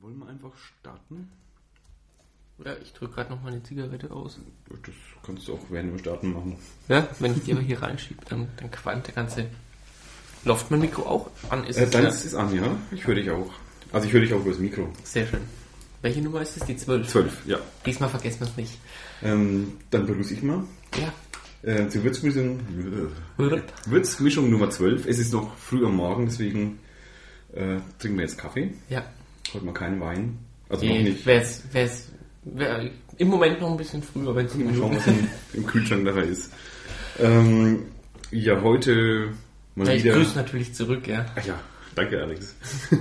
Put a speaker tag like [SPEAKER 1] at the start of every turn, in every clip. [SPEAKER 1] Wollen wir einfach starten?
[SPEAKER 2] Ja, ich drücke gerade noch meine Zigarette aus.
[SPEAKER 1] Das kannst du auch während wir starten machen.
[SPEAKER 2] Ja, wenn ich die aber hier reinschiebe, dann, dann qualmt der ganze. Läuft mein Mikro auch an? Ist
[SPEAKER 1] Äh,
[SPEAKER 2] es ja.
[SPEAKER 1] deins ist an, ja? Ich höre dich auch. Also ich höre dich auch über das Mikro.
[SPEAKER 2] Sehr schön. Welche Nummer ist es? Die 12.
[SPEAKER 1] Zwölf, ja.
[SPEAKER 2] Diesmal vergessen wir es nicht.
[SPEAKER 1] Ähm, dann begrüße ich mal.
[SPEAKER 2] Ja.
[SPEAKER 1] Äh, zur Würzmischung, Würzmischung Nummer 12. Es ist noch früh am Morgen, deswegen äh, trinken wir jetzt Kaffee.
[SPEAKER 2] Ja.
[SPEAKER 1] Heute mal keinen Wein. Also noch
[SPEAKER 2] Nee,
[SPEAKER 1] nicht.
[SPEAKER 2] wär's, wär's, wär, Im Moment noch ein bisschen früher, wenn es
[SPEAKER 1] Mal schauen, was im, im Kühlschrank nachher ist. Ähm, ja, heute mal
[SPEAKER 2] Ja, ich
[SPEAKER 1] wieder...
[SPEAKER 2] grüße natürlich zurück, ja.
[SPEAKER 1] Ach ja, danke Alex.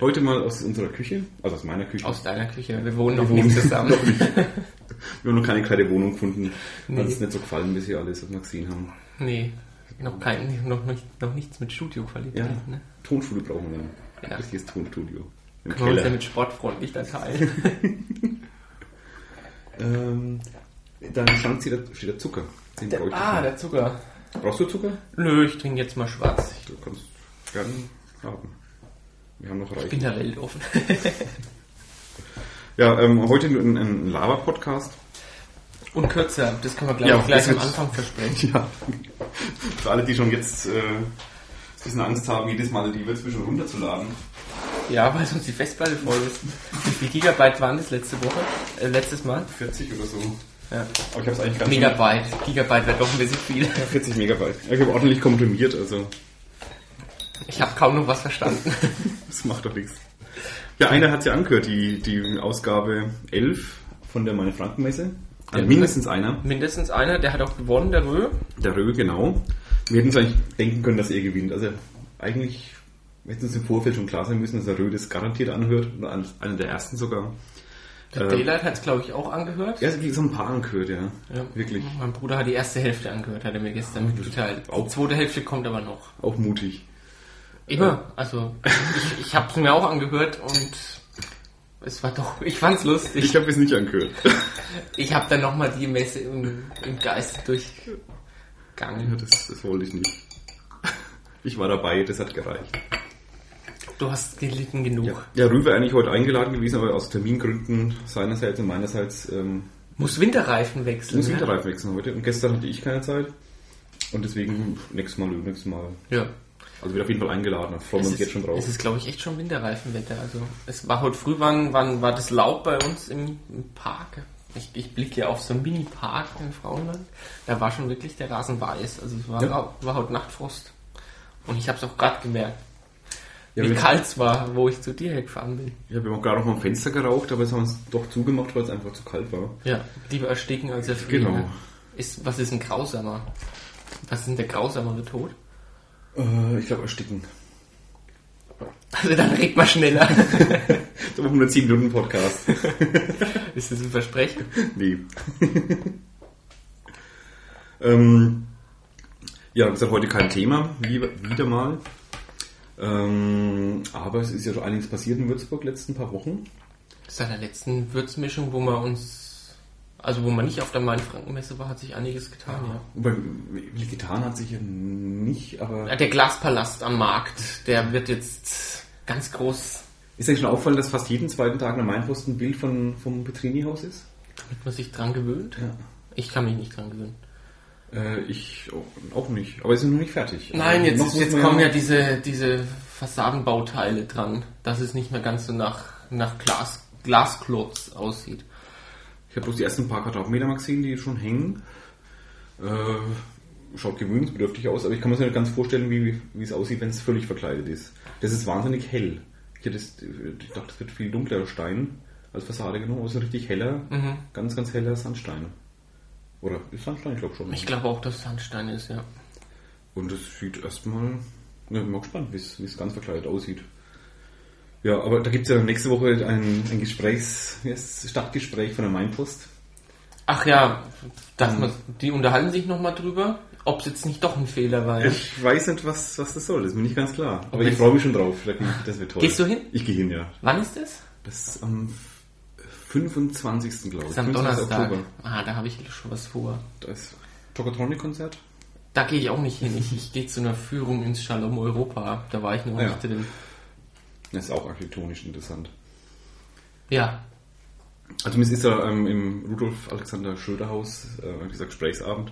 [SPEAKER 1] Heute mal aus unserer Küche, also aus meiner Küche.
[SPEAKER 2] Aus deiner Küche. Wir wohnen
[SPEAKER 1] Wir
[SPEAKER 2] noch nicht
[SPEAKER 1] wohnen
[SPEAKER 2] zusammen.
[SPEAKER 1] noch nicht. Wir haben noch keine kleine Wohnung gefunden.
[SPEAKER 2] Nee.
[SPEAKER 1] Hat uns nicht so gefallen bisher alles, was wir gesehen haben.
[SPEAKER 2] Nee. Noch kein, noch, nicht, noch nichts mit Studioqualität,
[SPEAKER 1] Ja.
[SPEAKER 2] ne?
[SPEAKER 1] Tonstudio brauchen wir dann.
[SPEAKER 2] Ja.
[SPEAKER 1] Ja. Richtiges Tonstudio. Im
[SPEAKER 2] Können wir uns ja
[SPEAKER 1] Keller.
[SPEAKER 2] mit sportfreundlich da teilen.
[SPEAKER 1] Ähm, da im Schrank steht der, steht der Zucker. Den brauche ich
[SPEAKER 2] ah,
[SPEAKER 1] nicht
[SPEAKER 2] der Zucker.
[SPEAKER 1] mehr. Brauchst du Zucker?
[SPEAKER 2] Nö, ich trinke jetzt mal schwarz.
[SPEAKER 1] Du kannst gerne haben. Wir haben noch
[SPEAKER 2] Ich
[SPEAKER 1] reichlich.
[SPEAKER 2] bin der Welt offen.
[SPEAKER 1] Ja, ähm, heute ein, ein Lava-Podcast.
[SPEAKER 2] Und kürzer, das können wir gleich,
[SPEAKER 1] Ja,
[SPEAKER 2] gleich
[SPEAKER 1] das
[SPEAKER 2] am
[SPEAKER 1] wird's.
[SPEAKER 2] Anfang versprechen.
[SPEAKER 1] Ja. Für alle, die schon jetzt äh, ein bisschen Angst haben, jedes Mal die Würzmischung runterzuladen.
[SPEAKER 2] Ja, weil sonst die Festplatte voll ist. Wie viel Gigabyte waren das letzte Woche? Äh, letztes Mal?
[SPEAKER 1] 40 oder so.
[SPEAKER 2] Ja.
[SPEAKER 1] Aber ich habe es eigentlich ganz schön-
[SPEAKER 2] Megabyte. Gigabyte wäre doch ein bisschen viel.
[SPEAKER 1] 40 Megabyte. Ja, Ich habe ordentlich komprimiert, also
[SPEAKER 2] Ich habe kaum noch was verstanden.
[SPEAKER 1] das macht doch nichts. Ja, einer hat ja angehört, die, die Ausgabe 11 von der Meine Frankenmesse. Also
[SPEAKER 2] Ja,
[SPEAKER 1] mindestens einer.
[SPEAKER 2] Mindestens einer, der hat auch gewonnen, der Rö.
[SPEAKER 1] Der Röwe, genau. Wir hätten uns eigentlich denken können, dass er gewinnt. Also eigentlich hätten uns im Vorfeld schon klar sein müssen, dass der Röwe das garantiert anhört. Oder als einer der ersten sogar.
[SPEAKER 2] Der
[SPEAKER 1] Ähm.
[SPEAKER 2] Daylight hat es, glaube ich, auch angehört.
[SPEAKER 1] Ja, es gibt so ein paar angehört, ja.
[SPEAKER 2] Ja.
[SPEAKER 1] Wirklich.
[SPEAKER 2] Mein Bruder hat die erste Hälfte angehört, hat er mir gestern mitgeteilt. Die
[SPEAKER 1] Wow.
[SPEAKER 2] zweite Hälfte kommt aber noch.
[SPEAKER 1] Auch mutig.
[SPEAKER 2] Immer. Also, ich, ich habe es mir auch angehört und es war doch, ich fand's lustig.
[SPEAKER 1] Ich habe es nicht angehört.
[SPEAKER 2] Ich habe dann nochmal die Messe im, im Geist durchgegangen.
[SPEAKER 1] das, das wollte ich nicht. Ich war dabei, das hat gereicht.
[SPEAKER 2] Du hast gelitten genug.
[SPEAKER 1] Ja, ja Rühl wäre eigentlich heute eingeladen gewesen, aber aus Termingründen seinerseits und meinerseits ähm,
[SPEAKER 2] Muss Winterreifen wechseln.
[SPEAKER 1] muss
[SPEAKER 2] ne?
[SPEAKER 1] Winterreifen wechseln heute. Und gestern hatte ich keine Zeit. Und deswegen nächstes Mal, übernächstes Mal.
[SPEAKER 2] Ja.
[SPEAKER 1] Also wird auf jeden Fall eingeladen. Da freuen wir
[SPEAKER 2] Es
[SPEAKER 1] uns
[SPEAKER 2] ist,
[SPEAKER 1] jetzt schon drauf.
[SPEAKER 2] es ist, glaube ich, echt schon Winterreifenwetter. Also es war heute früh, wann, wann war das laut bei uns im, im Park? Ich, ich blicke ja auf so einen Mini-Park in Frauenland. Da war schon wirklich der Rasen weiß. Also es war,
[SPEAKER 1] Ja.
[SPEAKER 2] lau- war heute Nachtfrost. Und ich habe es auch gerade gemerkt,
[SPEAKER 1] ja,
[SPEAKER 2] wie
[SPEAKER 1] wir,
[SPEAKER 2] kalt es war, wo ich zu dir hergefahren bin.
[SPEAKER 1] ja, wir haben gerade noch mal am Fenster geraucht, aber es haben wir es doch zugemacht, weil es einfach zu kalt war.
[SPEAKER 2] Ja, lieber ersticken als erfrieren.
[SPEAKER 1] Genau.
[SPEAKER 2] ne? Ist, was ist ein grausamer? Was ist denn der grausamere Tod?
[SPEAKER 1] Äh, ich glaube, ersticken.
[SPEAKER 2] Also dann regt man schneller.
[SPEAKER 1] Das ist aber nur 10 Minuten Podcast.
[SPEAKER 2] ist das ein Versprechen?
[SPEAKER 1] Nee. ähm, ja, wie gesagt, heute kein Thema, wie, wieder mal. Ähm, aber es ist ja schon einiges passiert in Würzburg letzten paar Wochen.
[SPEAKER 2] Seit der letzten Würzmischung, wo wir uns, also wo man nicht auf der Mainfrankenmesse war, hat sich einiges getan, ja.
[SPEAKER 1] Wobei, getan hat sich ja nicht, aber...
[SPEAKER 2] Der Glaspalast am Markt, der wird jetzt ganz groß,
[SPEAKER 1] Ist euch schon auffallen, dass fast jeden zweiten Tag in der Mainpost ein Bild von, vom Petrini-Haus ist?
[SPEAKER 2] damit man sich dran gewöhnt.
[SPEAKER 1] Ja.
[SPEAKER 2] Ich kann mich nicht dran gewöhnen.
[SPEAKER 1] Äh, ich auch- auch nicht. Aber es ist noch nicht fertig. Also,
[SPEAKER 2] Nein, jetzt,
[SPEAKER 1] Noch
[SPEAKER 2] ist,
[SPEAKER 1] muss
[SPEAKER 2] jetzt
[SPEAKER 1] man
[SPEAKER 2] kommen ja diese, diese Fassadenbauteile dran, dass es nicht mehr ganz so nach, nach Glas, Glasklotz aussieht.
[SPEAKER 1] Ich habe bloß die ersten paar Quadratmeter mal gesehen, die schon hängen. Äh, schaut gewöhnungsbedürftig aus, aber ich kann mir das nicht ganz vorstellen, wie, wie es aussieht, wenn es völlig verkleidet ist. Das ist wahnsinnig hell. Ich, hätte das, ich dachte, es wird viel dunklerer Stein als Fassade genommen, aber es ist ein richtig heller,
[SPEAKER 2] Mhm.
[SPEAKER 1] ganz, ganz heller Sandstein. Oder ist Sandstein, ich glaube schon.
[SPEAKER 2] Ich glaube auch, dass Sandstein ist, ja.
[SPEAKER 1] Und es sieht erstmal, ne, bin mal gespannt, wie es wie es ganz verkleidet aussieht. Ja, aber da gibt es ja nächste Woche ein, ein Gesprächs, wie heißt's? Stadtgespräch von der Mainpost.
[SPEAKER 2] Ach ja, dass
[SPEAKER 1] Hm.
[SPEAKER 2] man, die unterhalten sich nochmal drüber, ob es jetzt nicht doch ein Fehler war. Ja?
[SPEAKER 1] Ich weiß nicht, was, was das soll, das ist mir nicht ganz klar. Aber
[SPEAKER 2] Okay.
[SPEAKER 1] ich freue mich schon drauf, das wird toll.
[SPEAKER 2] Gehst du hin?
[SPEAKER 1] Ich gehe hin, ja.
[SPEAKER 2] Wann ist das?
[SPEAKER 1] Das ist am 25. glaube ich.
[SPEAKER 2] Das ist am
[SPEAKER 1] 25.
[SPEAKER 2] Donnerstag.
[SPEAKER 1] Oktober.
[SPEAKER 2] Ah, da habe ich schon was vor.
[SPEAKER 1] Da ist Tokotronic-Konzert.
[SPEAKER 2] Da gehe ich auch nicht hin. Ich, ich gehe zu einer Führung ins Shalom Europa. Da war ich noch
[SPEAKER 1] Ja.
[SPEAKER 2] nicht drin.
[SPEAKER 1] Das ist auch architektonisch interessant.
[SPEAKER 2] Ja.
[SPEAKER 1] Also mir ist da ähm, im Rudolf-Alexander-Schröder-Haus äh, dieser Gesprächsabend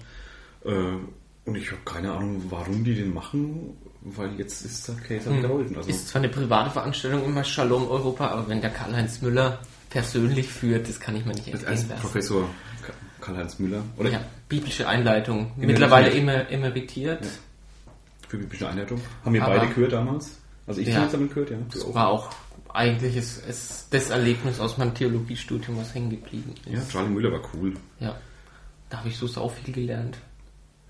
[SPEAKER 1] äh, und ich habe keine Ahnung, warum die den machen, weil jetzt ist der Käse am Gerolden. Also,
[SPEAKER 2] Hm. Ist zwar eine private Veranstaltung immer Shalom Europa, aber wenn der Karl-Heinz Müller persönlich führt, das kann ich mir nicht
[SPEAKER 1] als
[SPEAKER 2] entgehen lassen.
[SPEAKER 1] Professor Ka- Karl-Heinz Müller oder
[SPEAKER 2] Ja, biblische Einleitung.
[SPEAKER 1] der
[SPEAKER 2] Mittlerweile
[SPEAKER 1] Mitte.
[SPEAKER 2] immer emeritiert.
[SPEAKER 1] für biblische Einleitung haben wir
[SPEAKER 2] Aber-
[SPEAKER 1] beide gehört damals. Also ich
[SPEAKER 2] Ja.
[SPEAKER 1] habe es damit gehört, ja. Du auch.
[SPEAKER 2] War auch eigentlich ist, ist das Erlebnis aus meinem Theologiestudium, was hängen geblieben
[SPEAKER 1] Ja,
[SPEAKER 2] ist.
[SPEAKER 1] Charlie Müller war cool.
[SPEAKER 2] Ja. Da habe ich so sau viel gelernt.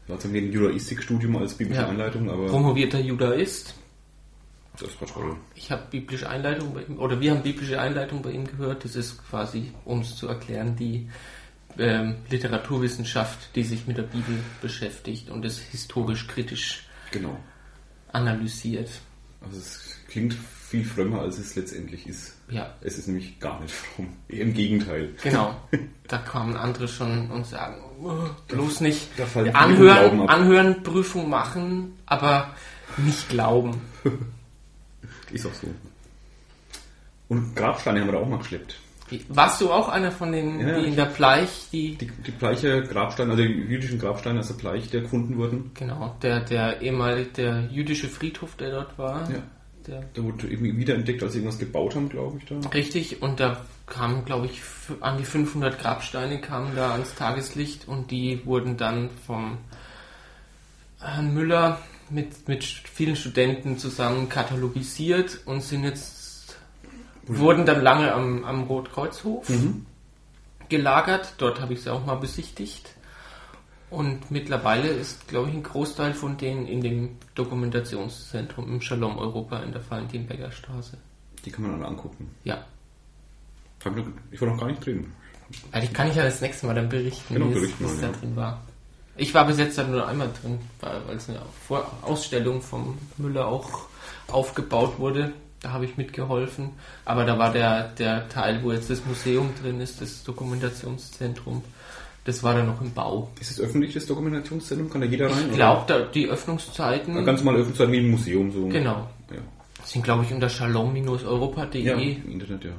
[SPEAKER 1] War zwar ein Judaistikstudium als biblische
[SPEAKER 2] Ja.
[SPEAKER 1] Einleitung, aber
[SPEAKER 2] Promovierter Judaist.
[SPEAKER 1] das war toll.
[SPEAKER 2] Ich habe biblische Einleitung bei ihm, oder wir haben biblische Einleitung bei ihm gehört. Das ist quasi, um es zu erklären, die ähm, Literaturwissenschaft, die sich mit der Bibel beschäftigt und es historisch kritisch
[SPEAKER 1] Genau.
[SPEAKER 2] analysiert.
[SPEAKER 1] Also es klingt viel frömmer, als es letztendlich ist.
[SPEAKER 2] Ja,
[SPEAKER 1] Es ist nämlich gar nicht fromm. Eher Im Gegenteil.
[SPEAKER 2] genau. da kamen andere schon und sagen, "Oh, bloß nicht
[SPEAKER 1] da fallen die Glauben
[SPEAKER 2] anhören,
[SPEAKER 1] ab.
[SPEAKER 2] anhören, Prüfung machen, aber nicht glauben.
[SPEAKER 1] Ist auch so. Und Grabsteine haben wir da auch mal geschleppt.
[SPEAKER 2] Warst du auch einer von denen,
[SPEAKER 1] Ja,
[SPEAKER 2] die in der Pleich, die
[SPEAKER 1] Die, die Bleiche Grabsteine, also die jüdischen Grabsteine aus der Bleich, die erfunden wurden,
[SPEAKER 2] Genau, der, der ehemalige, der jüdische Friedhof, der dort war.
[SPEAKER 1] Ja.
[SPEAKER 2] Der,
[SPEAKER 1] da wurde irgendwie wiederentdeckt, als sie irgendwas gebaut haben, glaube ich, da.
[SPEAKER 2] richtig, und da kamen, glaube ich, f- an die 500 Grabsteine kamen da ans Tageslicht und die wurden dann vom Herrn Müller mit, mit vielen Studenten zusammen katalogisiert und sind jetzt, wurden dann lange am, am Rotkreuzhof gelagert. Dort habe ich sie auch mal besichtigt. Und mittlerweile ist, glaube ich, ein Großteil von denen in dem Dokumentationszentrum im Shalom Europa in der Valentinberger Straße.
[SPEAKER 1] Die kann man alle angucken.
[SPEAKER 2] Ja.
[SPEAKER 1] Hab noch- Ich war noch gar nicht drin.
[SPEAKER 2] Weil Also ich kann ich ja das nächste Mal dann berichten,
[SPEAKER 1] Genau,
[SPEAKER 2] wie es-
[SPEAKER 1] bericht
[SPEAKER 2] wie es
[SPEAKER 1] mal,
[SPEAKER 2] da
[SPEAKER 1] ja.
[SPEAKER 2] drin war. Ich war bis jetzt dann nur einmal drin, weil weil es eine Vor Ausstellung vom Müller auch aufgebaut wurde. Da habe ich mitgeholfen. Aber da war der, der Teil, wo jetzt das Museum drin ist, das Dokumentationszentrum, das war dann noch im Bau.
[SPEAKER 1] Ist es öffentlich, das Dokumentationszentrum? Kann da jeder rein?
[SPEAKER 2] Ich
[SPEAKER 1] oder?
[SPEAKER 2] glaube, da die
[SPEAKER 1] Ja,
[SPEAKER 2] Öffnungszeiten
[SPEAKER 1] Ganz normal öffentlich sein wie ein Museum so.
[SPEAKER 2] Genau.
[SPEAKER 1] Ja.
[SPEAKER 2] sind, glaube ich, unter shalom-europa.de.
[SPEAKER 1] ja, im Internet, ja.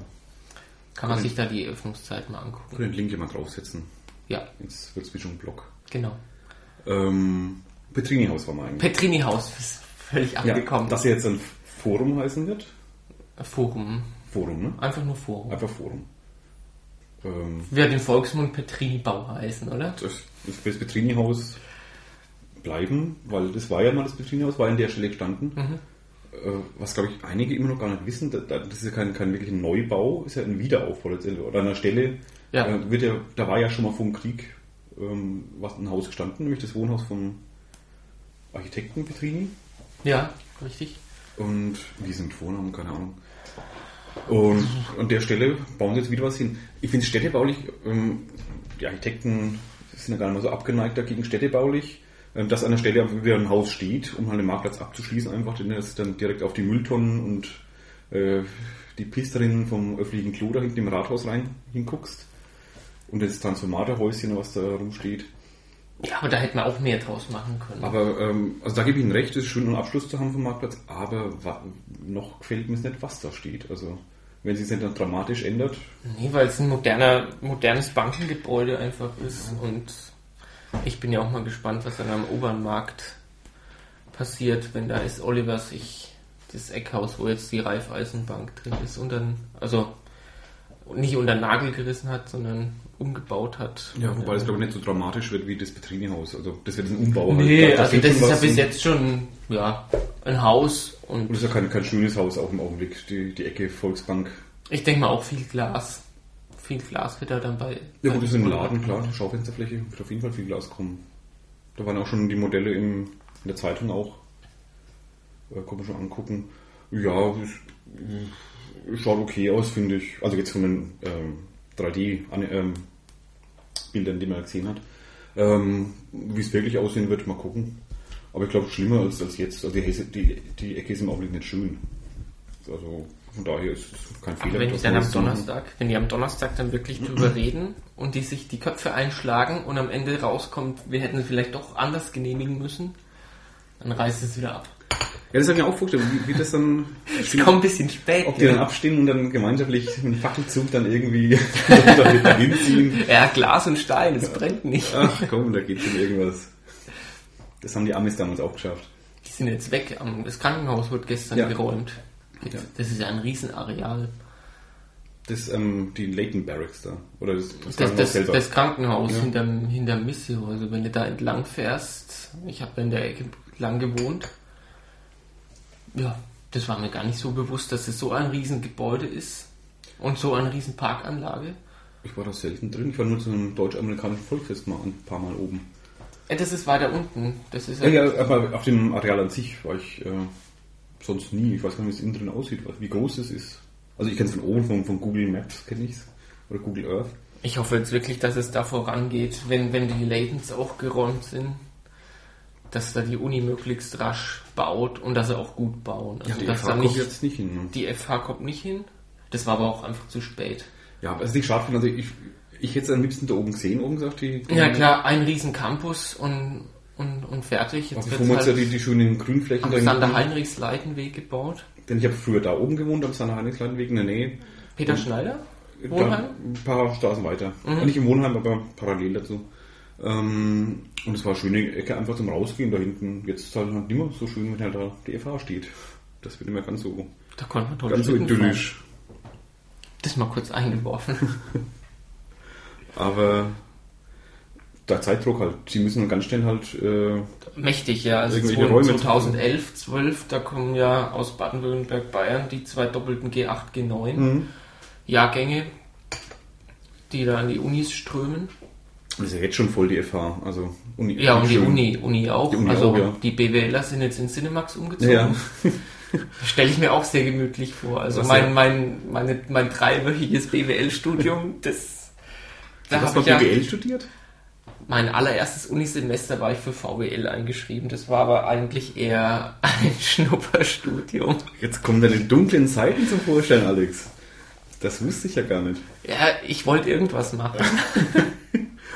[SPEAKER 2] Kann man sich da die Öffnungszeit mal angucken.
[SPEAKER 1] Oder den Link hier mal draufsetzen.
[SPEAKER 2] Ja,
[SPEAKER 1] Jetzt wird es wie schon ein Blog.
[SPEAKER 2] genau.
[SPEAKER 1] Ähm, Petrinihaus war mal eigentlich.
[SPEAKER 2] Petrini-Haus ist völlig
[SPEAKER 1] Ja,
[SPEAKER 2] abgekommen.
[SPEAKER 1] dass er jetzt ein Forum heißen wird.
[SPEAKER 2] Forum.
[SPEAKER 1] Forum, ne?
[SPEAKER 2] Einfach nur Forum.
[SPEAKER 1] Einfach Forum. Ähm,
[SPEAKER 2] Wird im Volksmund Petrini-Bau heißen, oder?
[SPEAKER 1] das, das will das Petrini-Haus bleiben, weil das war ja mal das Petrini-Haus, war an der Stelle gestanden. Äh, Was, glaube ich, einige immer noch gar nicht wissen, da- da- das ist ja kein, kein wirklicher Neubau, ist ja ein Wiederaufbau letztendlich. Oder an der Stelle,
[SPEAKER 2] Ja.
[SPEAKER 1] äh, wird ja, da war ja schon mal vor dem Krieg ähm, was ein Haus gestanden, nämlich das Wohnhaus vom Architekten Petrini.
[SPEAKER 2] Ja, richtig.
[SPEAKER 1] Und wie sind Vornamen, keine Ahnung. Und an der Stelle bauen sie jetzt wieder was hin. Ich finde städtebaulich, ähm, die Architekten sind ja gar nicht mal so abgeneigt dagegen städtebaulich, ähm, dass an der Stelle wieder ein Haus steht, um halt den Marktplatz abzuschließen, einfach, denn das dann direkt auf die Mülltonnen und äh, die Pisterinnen vom öffentlichen Klo da hinten im Rathaus rein hinguckst. Und das Transformatorhäuschen, was da rumsteht.
[SPEAKER 2] Ja, aber da hätten wir auch mehr draus machen können.
[SPEAKER 1] Aber ähm, also da gebe ich Ihnen recht, es ist schön, einen Abschluss zu haben vom Marktplatz, aber wa- noch gefällt mir es nicht, was da steht. Also wenn sie es nicht dann dramatisch ändert,
[SPEAKER 2] nee, weil es ein moderner, modernes Bankengebäude einfach ist. Und ich bin ja auch mal gespannt, was dann am Obernmarkt passiert, wenn da ist Oliver sich das Eckhaus, wo jetzt die Raiffeisenbank drin ist und dann, also nicht unter den Nagel gerissen hat, sondern umgebaut hat.
[SPEAKER 1] ja, wobei es glaube ich nicht so dramatisch wird wie das Petrini-Haus. Also das wird ein Umbau.
[SPEAKER 2] Nee,
[SPEAKER 1] Da- da
[SPEAKER 2] also
[SPEAKER 1] steht
[SPEAKER 2] das
[SPEAKER 1] schon
[SPEAKER 2] ist ja
[SPEAKER 1] was
[SPEAKER 2] bis
[SPEAKER 1] und-
[SPEAKER 2] jetzt schon ja, ein Haus
[SPEAKER 1] Und
[SPEAKER 2] und
[SPEAKER 1] das ist ja kein, kein schönes Haus auch im Augenblick, die, die Ecke Volksbank.
[SPEAKER 2] ich denke mal auch viel Glas. Viel Glas wird da dann bei.
[SPEAKER 1] Ja gut, das ist ein Laden, klar, die Schaufensterfläche, wird auf jeden Fall viel Glas kommen. Da waren auch schon die Modelle im, in der Zeitung auch. Äh, kann man schon angucken. Ja, es, äh, schaut okay aus, finde ich. Also jetzt von den ähm, 3D-Bildern, ähm, die man gesehen hat. Ähm, Wie es wirklich aussehen wird, mal gucken. Aber ich glaube, schlimmer als, als jetzt. Also die, Hesse- die, die Ecke ist im Augenblick nicht schön. Also von daher ist es kein Fehler.
[SPEAKER 2] Aber wenn die
[SPEAKER 1] etwas
[SPEAKER 2] dann am
[SPEAKER 1] Neues zu machen.
[SPEAKER 2] Donnerstag, wenn die am Donnerstag dann wirklich drüber reden und die sich die Köpfe einschlagen und am Ende rauskommt, wir hätten es vielleicht doch anders genehmigen müssen, dann reißt es wieder ab.
[SPEAKER 1] Ja, das habe ich mir auch vorgestellt, wie, wie das dann,
[SPEAKER 2] Es kommt ein bisschen spät.
[SPEAKER 1] ob die dann abstimmen und dann gemeinschaftlich mit dem Fackelzug dann irgendwie damit dahin ziehen.
[SPEAKER 2] Ja, Glas und Stein, es brennt nicht.
[SPEAKER 1] Ach komm, da geht schon irgendwas. Das haben die Amis damals auch geschafft.
[SPEAKER 2] Die sind jetzt weg. am- Das Krankenhaus wird gestern
[SPEAKER 1] Ja.
[SPEAKER 2] geräumt. Jetzt,
[SPEAKER 1] Ja.
[SPEAKER 2] Das ist ja ein Riesenareal.
[SPEAKER 1] Das, ähm, die Leighton Barracks da. Oder das, das,
[SPEAKER 2] Das,
[SPEAKER 1] Krankenhaus
[SPEAKER 2] das,
[SPEAKER 1] selber.
[SPEAKER 2] das Krankenhaus
[SPEAKER 1] Ja.
[SPEAKER 2] hinterm, hinterm Missio. Also wenn du da entlang fährst, ich habe da in der Ecke lang gewohnt. Ja, das war mir gar nicht so bewusst, dass es so ein Riesengebäude ist und so eine riesen Parkanlage.
[SPEAKER 1] Ich war da selten drin. Ich war nur zu einem deutsch-amerikanischen Volksfest mal ein paar Mal oben.
[SPEAKER 2] Äh, Das ist weiter unten. Das ist
[SPEAKER 1] Ja, ja, aber auf dem Areal an sich war ich äh, sonst nie. Ich weiß gar nicht, wie es innen drin aussieht, was- wie groß es ist. Also ich kenne es von oben, von, von Google Maps kenne ich es. Oder Google Earth.
[SPEAKER 2] Ich hoffe jetzt wirklich, dass es da vorangeht, wenn, wenn die Latents auch geräumt sind, dass da die Uni möglichst rasch baut und dass sie auch gut bauen. Also dass da nicht,
[SPEAKER 1] jetzt nicht hin. Ne?
[SPEAKER 2] die FH kommt nicht hin. Das war aber auch einfach zu spät.
[SPEAKER 1] Ja, aber es ist nicht schade, also ich, ich hätte es am liebsten da oben gesehen, oben gesagt. Die,
[SPEAKER 2] Ja klar, ein riesen Campus und, und, und fertig.
[SPEAKER 1] Also
[SPEAKER 2] Jetzt
[SPEAKER 1] wir
[SPEAKER 2] wird
[SPEAKER 1] haben jetzt ja die,
[SPEAKER 2] halt
[SPEAKER 1] die schönen Grünflächen
[SPEAKER 2] am Sander-Heinrichs-Leitenweg gebaut.
[SPEAKER 1] Denn ich habe früher da oben gewohnt, am St. Heinrichs-Landweg in der Nähe.
[SPEAKER 2] Peter
[SPEAKER 1] Mhm.
[SPEAKER 2] Schneider?
[SPEAKER 1] Da
[SPEAKER 2] Wohnheim? Mhm.
[SPEAKER 1] Ein paar Straßen weiter. Nicht im Wohnheim, aber parallel dazu. Ähm, und es war eine schöne Ecke einfach zum Rausgehen da hinten. Jetzt ist es halt nicht mehr so schön, wenn halt da die FH steht. Das wird immer ganz so,
[SPEAKER 2] Da konnte man toll
[SPEAKER 1] ganz so
[SPEAKER 2] Schlitten fahren.
[SPEAKER 1] idyllisch.
[SPEAKER 2] Das mal kurz eingeworfen.
[SPEAKER 1] Aber der Zeitdruck halt. Sie müssen ganz schnell halt, äh,
[SPEAKER 2] Mächtig, ja. Also
[SPEAKER 1] Irgendwelche
[SPEAKER 2] 2000-
[SPEAKER 1] Räume
[SPEAKER 2] 2011, 12, da kommen ja aus Baden-Württemberg, Bayern die zwei doppelten G8, G9
[SPEAKER 1] Mhm.
[SPEAKER 2] Jahrgänge, die da an die Unis strömen.
[SPEAKER 1] das ist ja jetzt schon voll die FH. Also Uni,
[SPEAKER 2] Ja, und die
[SPEAKER 1] schön.
[SPEAKER 2] Uni, Uni auch.
[SPEAKER 1] Die Uni
[SPEAKER 2] also
[SPEAKER 1] auch, ja.
[SPEAKER 2] die BWLer sind jetzt in Cinemax umgezogen.
[SPEAKER 1] Ja,
[SPEAKER 2] Stelle ich mir auch sehr gemütlich vor. Also
[SPEAKER 1] Was
[SPEAKER 2] mein,
[SPEAKER 1] ja-
[SPEAKER 2] mein, meine, mein dreiwöchiges BWL-Studium, das da
[SPEAKER 1] hast
[SPEAKER 2] habe
[SPEAKER 1] du
[SPEAKER 2] ich ja
[SPEAKER 1] BWL studiert?
[SPEAKER 2] mein allererstes Unisemester war ich für VWL eingeschrieben. Das war aber eigentlich eher ein Schnupperstudium.
[SPEAKER 1] Jetzt kommen deine dunklen Seiten zum Vorstellen, Alex. Das wusste ich ja gar nicht.
[SPEAKER 2] Ja, ich wollte irgendwas machen.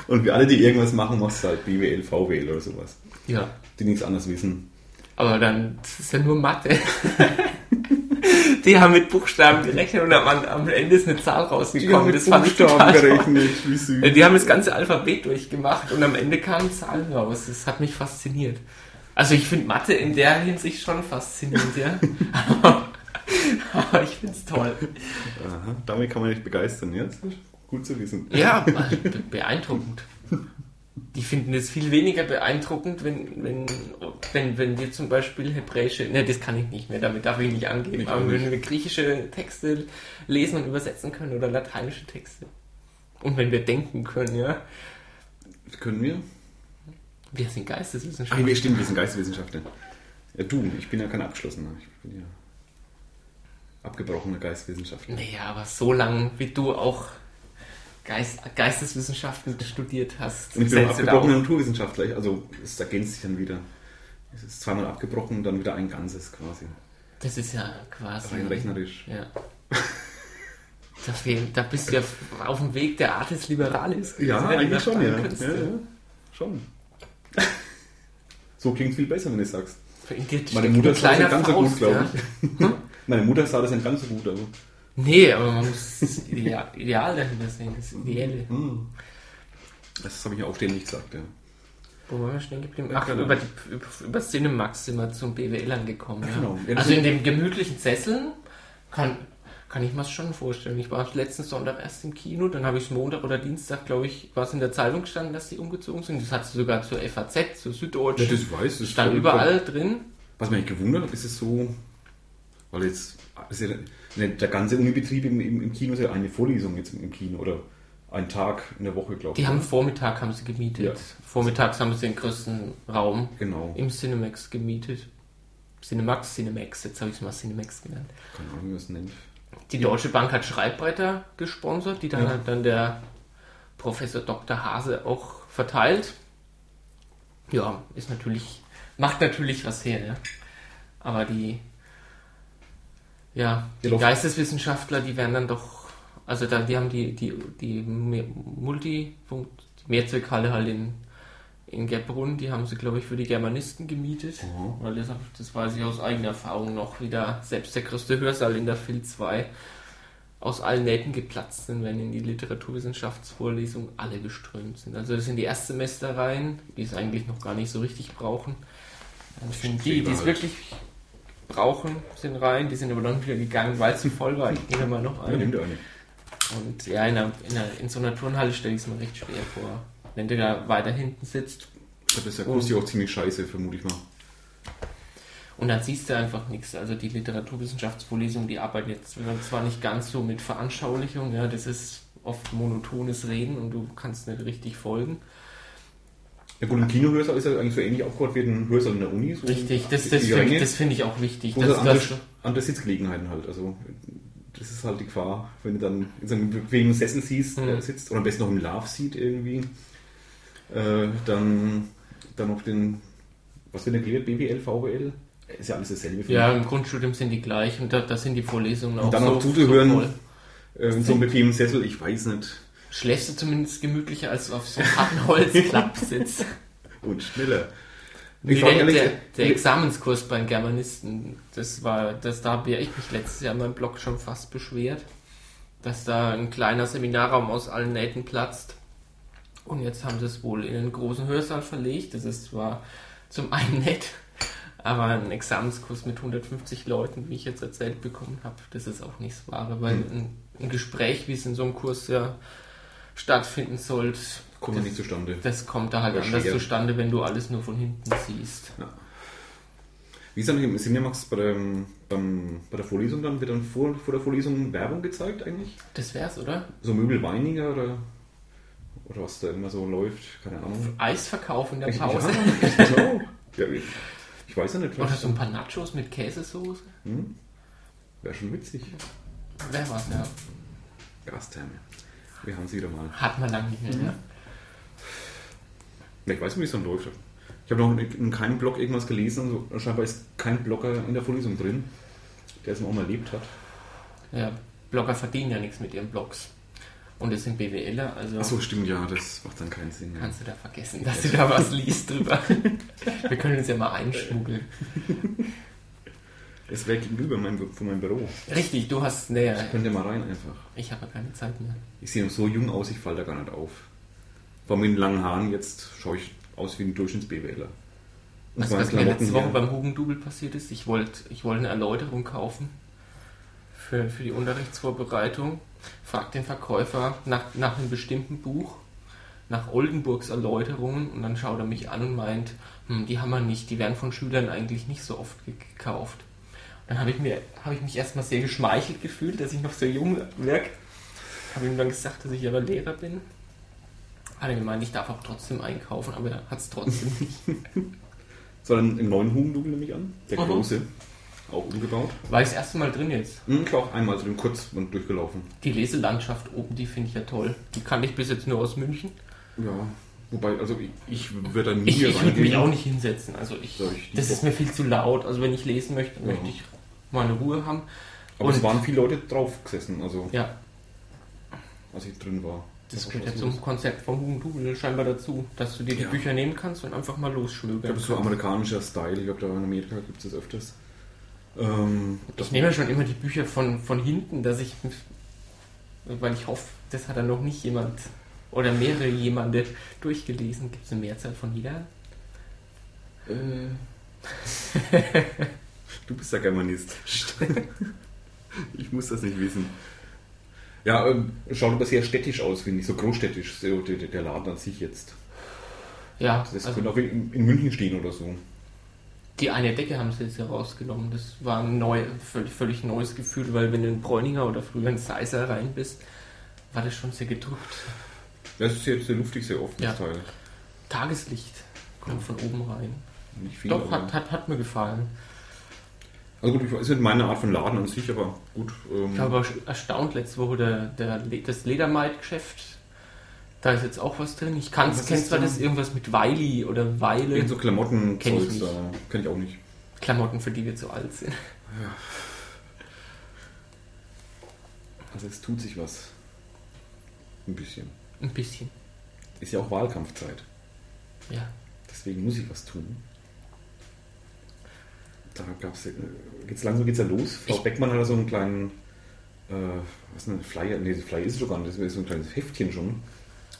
[SPEAKER 1] Und wir alle, die irgendwas machen, machst du halt BWL, VWL oder sowas.
[SPEAKER 2] Ja.
[SPEAKER 1] Die nichts anderes wissen.
[SPEAKER 2] Aber dann das ist ja nur Mathe. Die haben mit Buchstaben gerechnet und am, am Ende ist eine Zahl rausgekommen. das fand ich total toll. Äh,
[SPEAKER 1] wie süß.
[SPEAKER 2] Die haben das ganze Alphabet durchgemacht und am Ende kamen Zahlen raus. Das hat mich fasziniert. Also ich finde Mathe in der Hinsicht schon faszinierend, ja. Aber ich finde es toll.
[SPEAKER 1] Aha, damit kann man dich begeistern, ja? Das ist gut zu wissen.
[SPEAKER 2] Ja, also be- beeindruckend. Die finden es viel weniger beeindruckend, wenn, wenn, wenn, wenn wir zum Beispiel hebräische, ne, das kann ich nicht mehr, damit darf ich nicht angeben,
[SPEAKER 1] Ich auch
[SPEAKER 2] aber
[SPEAKER 1] nicht.
[SPEAKER 2] wenn wir griechische Texte lesen und übersetzen können oder lateinische Texte. Und wenn wir denken können, ja.
[SPEAKER 1] Können wir?
[SPEAKER 2] Wir sind
[SPEAKER 1] Ach,
[SPEAKER 2] Geisteswissenschaftler.
[SPEAKER 1] wir stimmen, wir sind Geisteswissenschaftler. Ja, du, ich bin ja kein Abgeschlossener. Ich bin ja abgebrochener Geisteswissenschaftler.
[SPEAKER 2] Naja, aber so lange, wie du auch Geist, Geisteswissenschaften studiert hast,
[SPEAKER 1] Und ich bin auch
[SPEAKER 2] setzt du da auch-
[SPEAKER 1] abgebrochener Naturwissenschaftler. Ich- Also, es ergänzt sich dann wieder. Es ist zweimal abgebrochen und dann wieder ein Ganzes quasi.
[SPEAKER 2] das ist ja quasi...
[SPEAKER 1] Rein rechnerisch.
[SPEAKER 2] Ja. Da, fehl, da bist du ja auf dem Weg der Artis Liberalis.
[SPEAKER 1] Ja,
[SPEAKER 2] gewesen, wenn du
[SPEAKER 1] eigentlich
[SPEAKER 2] das
[SPEAKER 1] schon,
[SPEAKER 2] sagen
[SPEAKER 1] ja.
[SPEAKER 2] könntest.
[SPEAKER 1] ja, ja. Schon. so klingt viel besser, wenn du es sagst.
[SPEAKER 2] In dir steckt
[SPEAKER 1] Meine
[SPEAKER 2] ein
[SPEAKER 1] Mutter sah das
[SPEAKER 2] kleiner
[SPEAKER 1] nicht ganz so gut,
[SPEAKER 2] Faust,
[SPEAKER 1] glaube
[SPEAKER 2] ja. Hm?
[SPEAKER 1] ich. Meine Mutter sah das nicht ganz so gut, aber.
[SPEAKER 2] Nee, aber man muss das Ideal, Ideal dahinter sehen, das Ideelle.
[SPEAKER 1] Das habe ich auch ständig gesagt, ja.
[SPEAKER 2] Wo waren wir stehen geblieben?
[SPEAKER 1] Ach,
[SPEAKER 2] Ach,
[SPEAKER 1] genau.
[SPEAKER 2] über, die, über, über Cinemax sind wir zum BWL angekommen. Ja.
[SPEAKER 1] Genau. Ja, das
[SPEAKER 2] also in
[SPEAKER 1] ist-
[SPEAKER 2] dem gemütlichen Sesseln kann, kann ich mir das schon vorstellen. Ich war letzten Sonntag erst im Kino, dann habe ich es Montag oder Dienstag, glaube ich, war es in der Zeitung gestanden, dass die umgezogen sind. Das hat sie sogar zur FAZ, zur Süddeutschen.
[SPEAKER 1] weiß ich.
[SPEAKER 2] stand überall drin.
[SPEAKER 1] Was mich gewundert hat, ist es so, weil jetzt ist ja, ne, der ganze Unibetrieb im, im, im Kino ist ja eine Vorlesung jetzt im Kino oder ein Tag in der Woche, glaube ich.
[SPEAKER 2] Die haben Vormittag haben sie gemietet.
[SPEAKER 1] Ja.
[SPEAKER 2] Vormittags haben sie den größten Raum
[SPEAKER 1] Genau.
[SPEAKER 2] im Cinemax gemietet. Cinemax, Cinemax, jetzt habe ich es mal Cinemax genannt.
[SPEAKER 1] Keine Ahnung, wie man es nennt.
[SPEAKER 2] Die Deutsche Bank hat Schreibbretter gesponsert, die dann
[SPEAKER 1] Ja.
[SPEAKER 2] hat dann der Professor Dr. Hase auch verteilt. Ja, ist natürlich, macht natürlich was her, ne? Aber die, ja, die
[SPEAKER 1] doch.
[SPEAKER 2] Geisteswissenschaftler, die werden dann doch, also da, die haben die, die, die Multifunk, die Mehrzweckhalle halt in, in Gerbrunn, die haben sie, glaube ich, für die Germanisten gemietet.
[SPEAKER 1] Mhm.
[SPEAKER 2] Weil das, hab- das weiß ich aus eigener Erfahrung noch, wie da selbst der größte Hörsaal in der Phil 2 aus allen Nähten geplatzt sind, wenn in die Literaturwissenschaftsvorlesung alle geströmt sind. Also das sind die Erstsemesterreihen, die es eigentlich noch gar nicht so richtig brauchen. Dann sind die, die es
[SPEAKER 1] Halt.
[SPEAKER 2] wirklich brauchen, sind rein, die sind aber dann wieder gegangen, weil es zu voll war. Ich nehme mal noch
[SPEAKER 1] Ja,
[SPEAKER 2] eine.
[SPEAKER 1] nimm dir eine.
[SPEAKER 2] Und ja, in, einer, in, einer, in so einer Turnhalle stelle ich es mir recht schwer vor. Wenn du da weiter hinten sitzt
[SPEAKER 1] Ich glaube, das ist akustisch auch ziemlich scheiße, vermute ich mal.
[SPEAKER 2] und dann siehst du einfach nichts. Also die Literaturwissenschaftsvorlesung, die arbeitet jetzt zwar nicht ganz so mit Veranschaulichung, ja, das ist oft monotones Reden und du kannst nicht richtig folgen.
[SPEAKER 1] Ja gut, im Kinohörsaal ist ja eigentlich so ähnlich aufgebaut wie ein Hörsaal in der Uni. So
[SPEAKER 2] Richtig, das, das
[SPEAKER 1] Die
[SPEAKER 2] finde
[SPEAKER 1] Ränge.
[SPEAKER 2] ich, das finde ich auch wichtig.
[SPEAKER 1] Oder
[SPEAKER 2] Dass,
[SPEAKER 1] andere,
[SPEAKER 2] dass,
[SPEAKER 1] andere Sitzgelegenheiten halt. Also das ist halt die Gefahr, wenn du dann in so einem bequemen Sessel siehst,
[SPEAKER 2] Mhm.
[SPEAKER 1] äh, sitzt oder am besten noch im Love Seat irgendwie, äh, dann, dann auf den, was wird denn erklärt, BWL, VWL? Ist ja alles dasselbe. für
[SPEAKER 2] ja,
[SPEAKER 1] mich.
[SPEAKER 2] im Grundstudium sind die gleich und da, da sind die Vorlesungen auch
[SPEAKER 1] Und dann
[SPEAKER 2] so,
[SPEAKER 1] noch zuzuhören
[SPEAKER 2] so voll.
[SPEAKER 1] äh, in so einem bequemen Sessel, ich weiß nicht.
[SPEAKER 2] Schläfst du zumindest gemütlicher als auf so einem harten Holzklappsitz.
[SPEAKER 1] Und schneller.
[SPEAKER 2] Nee,
[SPEAKER 1] frag
[SPEAKER 2] der,
[SPEAKER 1] ehrlich- äh,
[SPEAKER 2] der, der Examenskurs beim Germanisten, das war, das da habe ich mich letztes Jahr in meinem Blog schon fast beschwert, dass da ein kleiner Seminarraum aus allen Nähten platzt. Und jetzt haben sie es wohl in einen großen Hörsaal verlegt. Das ist zwar zum einen nett, aber ein Examenskurs mit 150 Leuten, wie ich jetzt erzählt bekommen habe, das ist auch nichts Wahre, weil
[SPEAKER 1] Hm.
[SPEAKER 2] ein, ein Gespräch, wie es in so einem Kurs ja stattfinden sollte,
[SPEAKER 1] kommt ja nicht zustande.
[SPEAKER 2] das kommt da halt
[SPEAKER 1] Oder
[SPEAKER 2] anders
[SPEAKER 1] schwer.
[SPEAKER 2] zustande, wenn du alles nur von hinten siehst.
[SPEAKER 1] Wie ist denn im Cinemax bei, dem, beim, bei der Vorlesung dann? Wird dann vor, vor der Vorlesung Werbung gezeigt eigentlich?
[SPEAKER 2] Das wär's, oder?
[SPEAKER 1] So Möbel Weininger oder, oder was da immer so läuft? Keine Ahnung.
[SPEAKER 2] Eisverkauf in der Pause.
[SPEAKER 1] Ich, ich, ja, ja, ich, ich weiß ja nicht.
[SPEAKER 2] Oder so
[SPEAKER 1] vielleicht-
[SPEAKER 2] ein paar Nachos mit Käsesoße.
[SPEAKER 1] Hm? Wäre schon witzig.
[SPEAKER 2] Wer war's, ja.
[SPEAKER 1] Gastherme. Wir haben sie wieder mal.
[SPEAKER 2] Hat man lange nicht mehr. ne?
[SPEAKER 1] Ja, Ich weiß nicht, wie es dann läuft. Ich habe noch in keinem Blog irgendwas gelesen. Also scheinbar ist kein Blogger in der Vorlesung drin, der es noch mal erlebt hat.
[SPEAKER 2] Ja, Blogger verdienen ja nichts mit ihren Blogs. Und es sind BWLer, also
[SPEAKER 1] Achso, stimmt, ja, das macht dann keinen Sinn. Ja.
[SPEAKER 2] kannst du da vergessen, dass du da was liest drüber. Wir können uns ja mal einschmuggeln.
[SPEAKER 1] Es wäre gegenüber mein, von meinem Büro.
[SPEAKER 2] Richtig, du hast näher.
[SPEAKER 1] Könnt ihr mal rein einfach.
[SPEAKER 2] Ich habe ja keine Zeit mehr.
[SPEAKER 1] Ich sehe noch so jung aus, ich falle da gar nicht auf. Vor allem mit den langen Haaren jetzt schaue ich aus wie ein Durchschnitts-BWLer. Und
[SPEAKER 2] Weißt du,
[SPEAKER 1] meine
[SPEAKER 2] Also was mir letzte Woche
[SPEAKER 1] hier-
[SPEAKER 2] beim Hugendubel passiert ist? Ich wollte ich wollte eine Erläuterung kaufen für, für die Unterrichtsvorbereitung. Frag den Verkäufer nach, nach einem bestimmten Buch, nach Oldenburgs Erläuterungen und dann schaut er mich an und meint, hm, die haben wir nicht, die werden von Schülern eigentlich nicht so oft ge- gekauft. Und dann habe ich, mir- habe ich mich erstmal sehr geschmeichelt gefühlt, dass ich noch so jung wirke. Habe ihm dann gesagt, dass ich aber Lehrer bin. Hat er gemeint, ich darf auch trotzdem einkaufen, aber er hat es trotzdem nicht.
[SPEAKER 1] sondern im neuen Hugendubel nehme ich an. Der
[SPEAKER 2] Mhm.
[SPEAKER 1] große. Auch umgebaut.
[SPEAKER 2] War ich das erste Mal drin jetzt?
[SPEAKER 1] Hm, Ich war auch einmal zu dem kurz und durchgelaufen.
[SPEAKER 2] Die Leselandschaft oben, die finde ich ja toll. Die kannte ich bis jetzt nur aus München.
[SPEAKER 1] Ja. Wobei, also ich, ich würde da nie
[SPEAKER 2] Ich, ich würde
[SPEAKER 1] reingehen.
[SPEAKER 2] mich auch nicht hinsetzen. Also ich,
[SPEAKER 1] Soll ich die
[SPEAKER 2] das ist mir viel zu laut. Also wenn ich lesen möchte,
[SPEAKER 1] Ja.
[SPEAKER 2] möchte ich meine Ruhe haben.
[SPEAKER 1] Aber
[SPEAKER 2] Und-
[SPEAKER 1] es waren viele Leute drauf gesessen, also
[SPEAKER 2] Ja,
[SPEAKER 1] als ich drin war.
[SPEAKER 2] das
[SPEAKER 1] war
[SPEAKER 2] gehört ja
[SPEAKER 1] schon
[SPEAKER 2] zum
[SPEAKER 1] was.
[SPEAKER 2] Konzept vom Hugendubel scheinbar dazu, dass du dir die
[SPEAKER 1] Ja.
[SPEAKER 2] Bücher nehmen kannst und einfach mal
[SPEAKER 1] Ich glaube,
[SPEAKER 2] losschmögeln.
[SPEAKER 1] das ist so amerikanischer Style. Ich glaube, da in Amerika gibt es das öfters. Ähm,
[SPEAKER 2] Ich nehme ja schon immer die Bücher von, von hinten, dass ich, weil ich hoffe, das hat dann noch nicht jemand oder mehrere jemande durchgelesen. Gibt es eine Mehrzahl von jeder?
[SPEAKER 1] Äh. du bist ja Germanist. ich muss das nicht wissen. Ja, ähm, schaut aber sehr städtisch aus, finde ich. So großstädtisch, so der, der- der Laden an sich jetzt.
[SPEAKER 2] Ja, also
[SPEAKER 1] Das könnte auch in, in München stehen oder so.
[SPEAKER 2] Die eine Decke haben sie jetzt ja rausgenommen. Das war ein neu, völlig, völlig neues Gefühl, weil wenn du in Bräuninger oder früher in Seiser rein bist, war das schon sehr gedrückt.
[SPEAKER 1] Das ist jetzt sehr luftig, sehr offen, das
[SPEAKER 2] Ja.
[SPEAKER 1] Teil.
[SPEAKER 2] Tageslicht kommt von oben rein.
[SPEAKER 1] Nicht viel.
[SPEAKER 2] Doch,
[SPEAKER 1] aber-
[SPEAKER 2] hat, hat, hat mir gefallen.
[SPEAKER 1] Also gut, ich weiß nicht meine Art von Laden an sich, aber gut. Ähm,
[SPEAKER 2] Ich war aber erstaunt letzte Woche der, der, Le- das Ledermeid-Geschäft. Da ist jetzt auch was drin. Ich kann
[SPEAKER 1] Was
[SPEAKER 2] es kenn
[SPEAKER 1] ist
[SPEAKER 2] zwar
[SPEAKER 1] da?
[SPEAKER 2] das irgendwas mit Weili oder Weile.
[SPEAKER 1] irgend so Klamotten
[SPEAKER 2] Kenn ich
[SPEAKER 1] Zeugs
[SPEAKER 2] nicht.
[SPEAKER 1] da. Kenn ich auch nicht.
[SPEAKER 2] Klamotten, für die wir zu alt sind.
[SPEAKER 1] Also es tut sich was. Ein bisschen.
[SPEAKER 2] Ein bisschen.
[SPEAKER 1] Ist ja auch Wahlkampfzeit.
[SPEAKER 2] Ja.
[SPEAKER 1] Deswegen muss ich was tun. Da gab's, äh, jetzt langsam geht's ja los. Frau Beckmann hat da so einen kleinen, äh, was ist denn, ein Flyer? Nee, Flyer ist es schon gar nicht, das ist so ein kleines Heftchen schon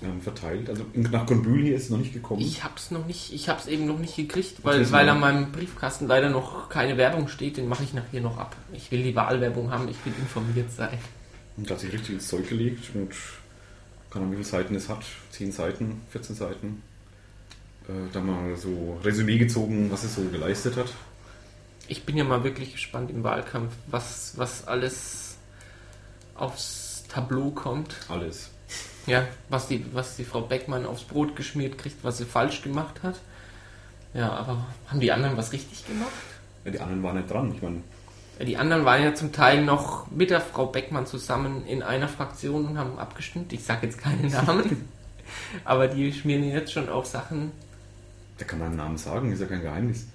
[SPEAKER 1] ähm, verteilt. Also in- nach Konbühl hier ist es noch nicht gekommen.
[SPEAKER 2] Ich hab's noch nicht, ich hab's eben noch nicht gekriegt,
[SPEAKER 1] Okay,
[SPEAKER 2] weil,
[SPEAKER 1] so.
[SPEAKER 2] weil an meinem Briefkasten leider noch keine Werbung steht, den mache ich nachher noch ab. Ich will die Wahlwerbung haben, ich will informiert sein.
[SPEAKER 1] Und hat sich richtig ins Zeug gelegt und keine Ahnung, wie viele Seiten es hat, 10 Seiten, 14 Seiten. Äh, da mal so Resümee gezogen, was es so geleistet hat.
[SPEAKER 2] Ich bin ja mal wirklich gespannt im Wahlkampf, was, was alles aufs Tableau kommt.
[SPEAKER 1] Alles.
[SPEAKER 2] Ja, was die, was die Frau Beckmann aufs Brot geschmiert kriegt, was sie falsch gemacht hat. Ja, aber haben die anderen was richtig gemacht?
[SPEAKER 1] Ja, die anderen waren nicht dran. Ich meine,
[SPEAKER 2] Ja, Äh, die anderen waren ja zum Teil noch mit der Frau Beckmann zusammen in einer Fraktion und haben abgestimmt. Ich sage jetzt keine Namen, aber die schmieren jetzt schon auf Sachen.
[SPEAKER 1] da kann man einen Namen sagen, ist ja kein Geheimnis.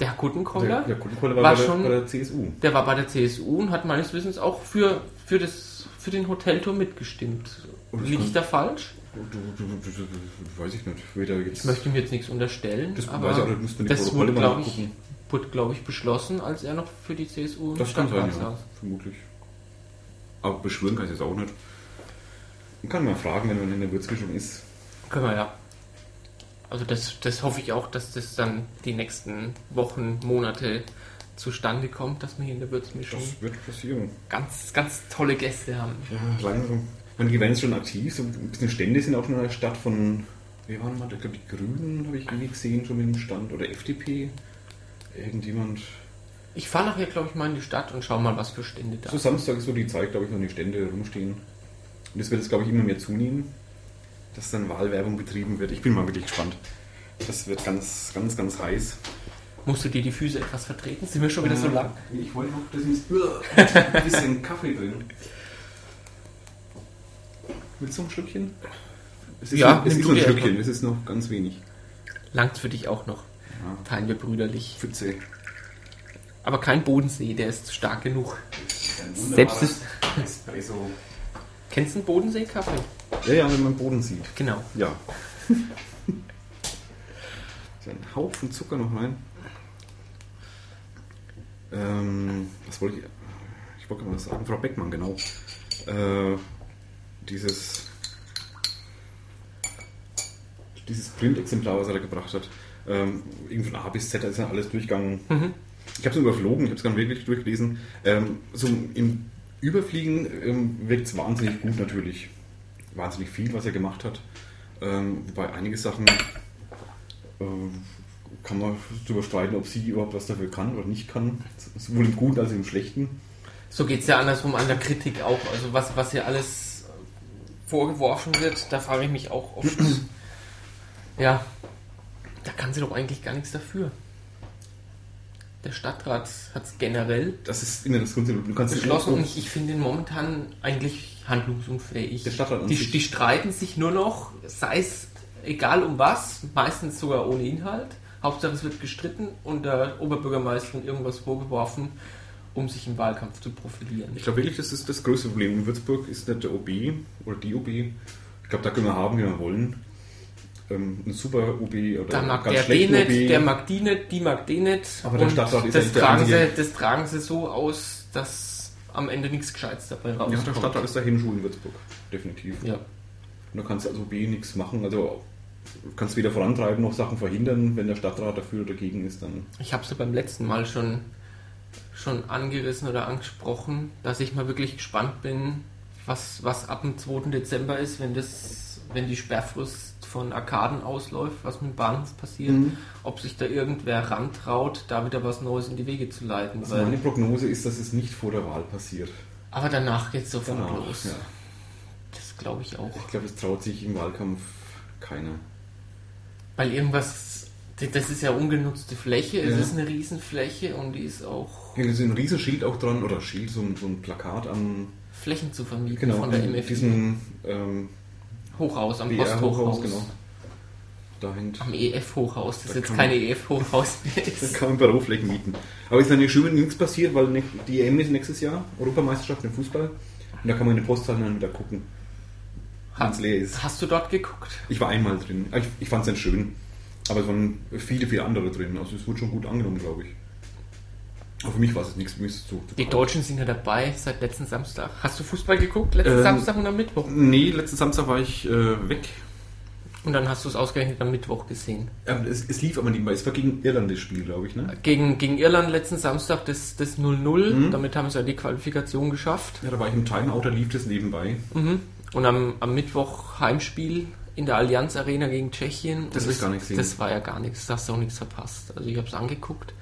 [SPEAKER 2] Der Herr Kuttenkoller,
[SPEAKER 1] Der, der Kuttenkoller war,
[SPEAKER 2] War
[SPEAKER 1] bei, der,
[SPEAKER 2] schon-
[SPEAKER 1] bei der CSU.
[SPEAKER 2] der war bei der CSU und hat meines Wissens auch für, für, das, für den Hotelturm mitgestimmt.
[SPEAKER 1] Und Oh, das
[SPEAKER 2] Liege ich
[SPEAKER 1] kann-
[SPEAKER 2] da falsch?
[SPEAKER 1] Du, du, du, du, du, du, weiß ich nicht. Weder jetzt,
[SPEAKER 2] Ich möchte ihm jetzt nichts unterstellen,
[SPEAKER 1] Das
[SPEAKER 2] aber
[SPEAKER 1] weiß ich auch nicht, müsste man die
[SPEAKER 2] das
[SPEAKER 1] Protokolle
[SPEAKER 2] wurde,
[SPEAKER 1] mal
[SPEAKER 2] glaube ich,
[SPEAKER 1] nachgucken.
[SPEAKER 2] wurde, glaub ich, beschlossen, als er noch für die CSU im
[SPEAKER 1] das kann sein, ja,
[SPEAKER 2] Stadtratshaus-
[SPEAKER 1] vermutlich. Aber beschwören kann ich es jetzt auch nicht. Man kann mal fragen, wenn man in der Würzmischung ist.
[SPEAKER 2] Können wir ja. Also das, das hoffe ich auch, dass das dann die nächsten Wochen, Monate zustande kommt, dass wir hier in der Würzmischung
[SPEAKER 1] Das wird passieren.
[SPEAKER 2] ganz, ganz tolle Gäste haben.
[SPEAKER 1] Ja, langsam. Und die werden jetzt schon aktiv, so ein bisschen Stände sind auch schon in der Stadt von, wir waren mal, ich glaube die Grünen habe ich irgendwie gesehen, schon mit dem Stand, oder FDP, irgendjemand.
[SPEAKER 2] Ich fahre nachher, glaube ich, mal in die Stadt und schau mal, was für Stände da
[SPEAKER 1] So Samstag ist so die Zeit, glaube ich, wenn die Stände rumstehen. Und das wird jetzt, glaube ich, immer mehr zunehmen, dass dann Wahlwerbung betrieben wird. Ich bin mal wirklich gespannt. Das wird ganz, ganz, ganz heiß.
[SPEAKER 2] Musst du dir die Füße etwas vertreten? Sind wir schon wieder so
[SPEAKER 1] Äh,
[SPEAKER 2] lang?
[SPEAKER 1] Ich wollte noch, das ist ein bisschen Kaffee drin. Willst du noch ein Schlückchen? Es ist
[SPEAKER 2] Ja,
[SPEAKER 1] noch, es
[SPEAKER 2] nimm
[SPEAKER 1] ist
[SPEAKER 2] du
[SPEAKER 1] noch ein
[SPEAKER 2] dir
[SPEAKER 1] Schlückchen,
[SPEAKER 2] erstmal.
[SPEAKER 1] es ist noch ganz wenig.
[SPEAKER 2] Langt's für dich auch noch.
[SPEAKER 1] Ja,
[SPEAKER 2] Teilen wir brüderlich.
[SPEAKER 1] Pfütze.
[SPEAKER 2] Aber kein Bodensee, der ist stark genug. Selbst
[SPEAKER 1] Selbst Espresso.
[SPEAKER 2] Kennst du einen Bodensee-Kaffee?
[SPEAKER 1] Ja, ja, wenn man Boden sieht.
[SPEAKER 2] Genau.
[SPEAKER 1] Ja. Ist ein Haufen Zucker noch rein. Ähm, was wollte ich? Ich wollte mal was sagen. Frau Beckmann, genau. Äh, dieses. Dieses Printexemplar, was er da gebracht hat. Ähm, irgendwie von A bis Z, da ist ja alles durchgegangen. Ich habe es überflogen, ich habe es dann wirklich durchgelesen. Ähm, so im Überfliegen ähm, wirkt es wahnsinnig gut natürlich. Wahnsinnig viel, was er gemacht hat. Ähm, wobei einige Sachen ähm, kann man darüber streiten, ob sie überhaupt was dafür kann oder nicht kann. Sowohl im Guten als auch im Schlechten.
[SPEAKER 2] So geht's ja andersrum an der Kritik auch. Also was, was hier alles vorgeworfen wird, da frage ich mich auch oft. ja, da kann sie doch eigentlich gar nichts dafür. Der Stadtrat hat es generell
[SPEAKER 1] Das ist immer das Grundprinzip. Du kannst nicht
[SPEAKER 2] beschlossen und
[SPEAKER 1] aufrufen.
[SPEAKER 2] ich, ich finde ihn momentan eigentlich handlungsunfähig.
[SPEAKER 1] Der Stadtrat an
[SPEAKER 2] die,
[SPEAKER 1] sich.
[SPEAKER 2] die streiten sich nur noch, sei es egal um was, meistens sogar ohne Inhalt. Hauptsache es wird gestritten und der Oberbürgermeisterin irgendwas vorgeworfen, um sich im Wahlkampf zu profilieren.
[SPEAKER 1] Ich glaube wirklich, das ist das größte Problem. In Würzburg ist nicht der OB oder die OB. Ich glaube, da können wir haben, wie wir wollen. Ähm, ein super OB oder
[SPEAKER 2] Da
[SPEAKER 1] ein
[SPEAKER 2] mag
[SPEAKER 1] Äh, ganz
[SPEAKER 2] der den
[SPEAKER 1] schlechter
[SPEAKER 2] nicht, der mag die nicht, die mag den nicht.
[SPEAKER 1] Aber der
[SPEAKER 2] Und
[SPEAKER 1] Stadtrat ist
[SPEAKER 2] das,
[SPEAKER 1] eigentlich der
[SPEAKER 2] tragen sie,
[SPEAKER 1] Einzige.
[SPEAKER 2] das tragen sie so aus, dass am Ende nichts Gescheites dabei
[SPEAKER 1] Ja, der
[SPEAKER 2] rauskommt.
[SPEAKER 1] Stadtrat ist der Hemmschuh in Würzburg. Definitiv.
[SPEAKER 2] ja.
[SPEAKER 1] Und da kannst du als OB nichts machen. Also du kannst weder vorantreiben noch Sachen verhindern. Wenn der Stadtrat dafür oder dagegen ist, dann
[SPEAKER 2] Ich habe es ja beim letzten Mal schon, schon angerissen oder angesprochen, dass ich mal wirklich gespannt bin, was, was ab dem 2. Dezember ist, wenn, das, wenn die Sperrfrist von Arkaden ausläuft, was mit dem Bahnhof passiert,
[SPEAKER 1] Mhm.
[SPEAKER 2] ob sich da irgendwer rantraut, da wieder was Neues in die Wege zu leiten.
[SPEAKER 1] Also meine
[SPEAKER 2] Weil,
[SPEAKER 1] Prognose ist, dass es nicht vor der Wahl passiert.
[SPEAKER 2] aber danach geht's sofort los.
[SPEAKER 1] Ja.
[SPEAKER 2] Das glaube ich auch.
[SPEAKER 1] Ich glaube, es traut sich im Wahlkampf keiner.
[SPEAKER 2] Weil irgendwas, das ist ja ungenutzte Fläche, es
[SPEAKER 1] Ja.
[SPEAKER 2] ist eine Riesenfläche und die ist auch
[SPEAKER 1] Hier ist ein riesen Schild auch dran, oder Schild, so ein, so ein Plakat am
[SPEAKER 2] Flächen zu vermieten
[SPEAKER 1] genau,
[SPEAKER 2] von der
[SPEAKER 1] an
[SPEAKER 2] MFG.
[SPEAKER 1] diesem ähm,
[SPEAKER 2] Hochhaus, am
[SPEAKER 1] BR-Hochhaus,
[SPEAKER 2] Posthochhaus.
[SPEAKER 1] genau. Da hängt.
[SPEAKER 2] Am EF-Hochhaus, das
[SPEAKER 1] Da
[SPEAKER 2] jetzt
[SPEAKER 1] kann
[SPEAKER 2] keine EF-Hochhaus mehr
[SPEAKER 1] Da
[SPEAKER 2] ist.
[SPEAKER 1] kann man Büroflächen mieten. Aber ist natürlich schön, wenn nichts passiert, weil ne- die EM ist nächstes Jahr, Europameisterschaft im Fußball. Und da kann man in den Posthallen dann wieder gucken, wenn es leer ist.
[SPEAKER 2] Hast du dort geguckt?
[SPEAKER 1] Ah, Ich war einmal drin. Ich, ich fand es dann schön. Aber es waren viele, viele andere drin. Also es wurde schon gut angenommen, glaube ich. Aber für mich war es nichts, für mich ist es zu.
[SPEAKER 2] Die Deutschen sind ja dabei seit letzten Samstag. Hast du Fußball geguckt? Letzten
[SPEAKER 1] Ähm,
[SPEAKER 2] Samstag und am Mittwoch.
[SPEAKER 1] Nee, letzten Samstag war ich äh, weg.
[SPEAKER 2] Und dann hast du es ausgerechnet am Mittwoch gesehen.
[SPEAKER 1] Ähm, es, es lief aber nebenbei. Es war gegen Irland das Spiel, glaube ich, ne?
[SPEAKER 2] Gegen, gegen Irland letzten Samstag das das 0-0.
[SPEAKER 1] Mhm.
[SPEAKER 2] Damit haben sie ja die Qualifikation geschafft.
[SPEAKER 1] Ja, da war ich im Timeout, da lief das nebenbei.
[SPEAKER 2] Mhm. Und am, am Mittwoch Heimspiel in der Allianz Arena gegen Tschechien.
[SPEAKER 1] Das
[SPEAKER 2] Und
[SPEAKER 1] hab ich gar nicht gesehen.
[SPEAKER 2] Das war ja gar nichts, da hast du auch nichts verpasst. Also ich habe es angeguckt,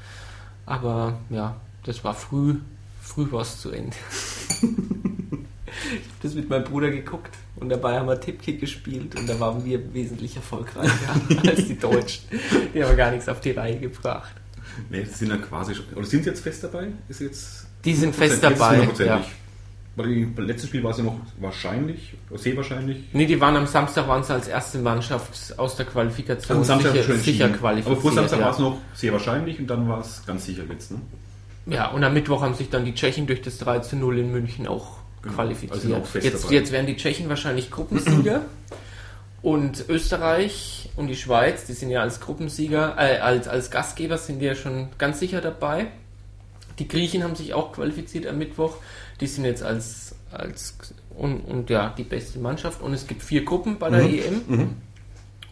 [SPEAKER 2] aber ja, das war früh, früh war es zu Ende. ich habe das mit meinem Bruder geguckt und dabei haben wir Tipkick gespielt und da waren wir wesentlich erfolgreicher als die Deutschen. Die haben gar nichts auf die Reihe gebracht.
[SPEAKER 1] Nee, das sind ja quasi schon. Oder sind sie jetzt fest dabei? Ist jetzt.
[SPEAKER 2] Die sind fest
[SPEAKER 1] Jetzt ist
[SPEAKER 2] dabei. Ja.
[SPEAKER 1] hundertprozentig. Weil die- beim letzten Spiel war es ja noch wahrscheinlich, sehr wahrscheinlich.
[SPEAKER 2] Nee, die waren am Samstag waren sie als erste Mannschaft aus der Qualifikation
[SPEAKER 1] Am Samstag
[SPEAKER 2] sicher,
[SPEAKER 1] schon
[SPEAKER 2] sicher
[SPEAKER 1] entschieden.
[SPEAKER 2] qualifiziert.
[SPEAKER 1] Aber vor Samstag
[SPEAKER 2] ja.
[SPEAKER 1] war es noch sehr wahrscheinlich und dann war es ganz sicher jetzt. Ne?
[SPEAKER 2] Ja, und am Mittwoch haben sich dann die Tschechen durch das 3 zu 0 in München auch
[SPEAKER 1] Genau, also sind
[SPEAKER 2] qualifiziert.
[SPEAKER 1] auch fest
[SPEAKER 2] jetzt,
[SPEAKER 1] dabei.
[SPEAKER 2] jetzt werden die Tschechen wahrscheinlich Gruppensieger. und Österreich und die Schweiz, die sind ja als Gruppensieger, äh, als, als Gastgeber sind die ja schon ganz sicher dabei. Die Griechen haben sich auch qualifiziert am Mittwoch. Die sind jetzt als, als und, und ja, die beste Mannschaft. Und es gibt vier Gruppen bei
[SPEAKER 1] Mhm.
[SPEAKER 2] der E EM.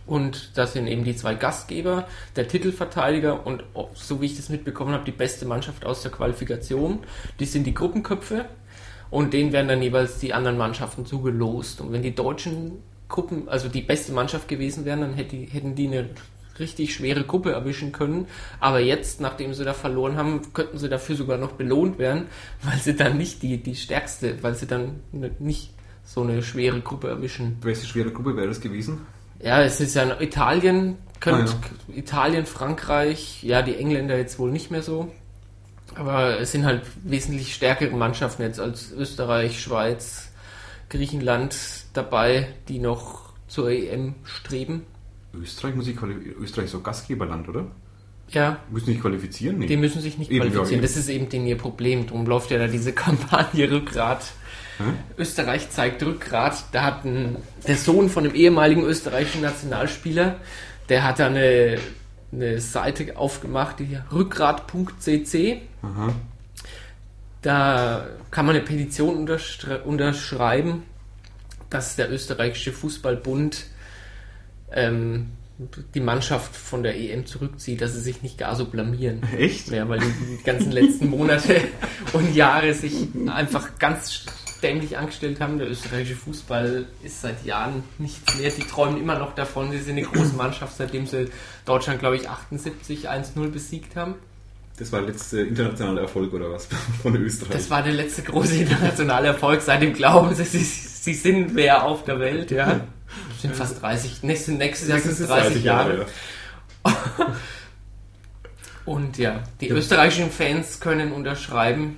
[SPEAKER 2] Und das sind eben die zwei Gastgeber, der Titelverteidiger und oh, so wie ich das mitbekommen habe, die beste Mannschaft aus der Qualifikation. Die sind die Gruppenköpfe und denen werden dann jeweils die anderen Mannschaften zugelost. Und wenn die deutschen Gruppen, also die beste Mannschaft gewesen wären, dann hätte, hätten die eine richtig schwere Gruppe erwischen können. Aber jetzt, nachdem sie da verloren haben, könnten sie dafür sogar noch belohnt werden, weil sie dann nicht die, die stärkste, weil sie dann ne- nicht so eine schwere Gruppe erwischen
[SPEAKER 1] Welche schwere Gruppe wäre das gewesen?
[SPEAKER 2] ja, es ist ja Italien, könnt,
[SPEAKER 1] Ah,
[SPEAKER 2] Italien, Frankreich, ja, die Engländer jetzt wohl nicht mehr so. Aber es sind halt wesentlich stärkere Mannschaften jetzt als Österreich, Schweiz, Griechenland dabei, die noch zur EM streben.
[SPEAKER 1] Österreich muss ich qualifizieren. Österreich ist doch Gastgeberland, oder?
[SPEAKER 2] Ja,
[SPEAKER 1] Müssen nicht qualifizieren? Nee.
[SPEAKER 2] die müssen sich nicht
[SPEAKER 1] Eben, ja,
[SPEAKER 2] qualifizieren.
[SPEAKER 1] eben.
[SPEAKER 2] das ist eben denen ihr Problem. Drum läuft ja da diese Kampagne Rückgrat.
[SPEAKER 1] Hä?
[SPEAKER 2] Österreich zeigt Rückgrat. Da hat ein, der Sohn von einem ehemaligen österreichischen Nationalspieler, der hat da eine, eine Seite aufgemacht, die rückgrat.cc.
[SPEAKER 1] Aha.
[SPEAKER 2] Da kann man eine Petition unterstre- unterschreiben, dass der österreichische Fußballbund ähm, die Mannschaft von der EM zurückzieht, dass sie sich nicht gar so blamieren.
[SPEAKER 1] Echt?
[SPEAKER 2] Ja, weil die, die ganzen letzten Monate und Jahre sich einfach ganz dämlich angestellt haben. Der österreichische Fußball ist seit Jahren nichts mehr. Die träumen immer noch davon. Sie sind eine große Mannschaft, seitdem sie Deutschland, glaube ich, 78 1-0 besiegt haben.
[SPEAKER 1] Das war der letzte internationale Erfolg oder was von Österreich.
[SPEAKER 2] Das war der letzte große internationale Erfolg. Seitdem glauben sie, sie, sie sind wer auf der Welt, ja. Sind fast 30, nächstes, nächstes Jahr sind es 30 Jahre.
[SPEAKER 1] ja.
[SPEAKER 2] Und ja, die österreichischen Fans können unterschreiben,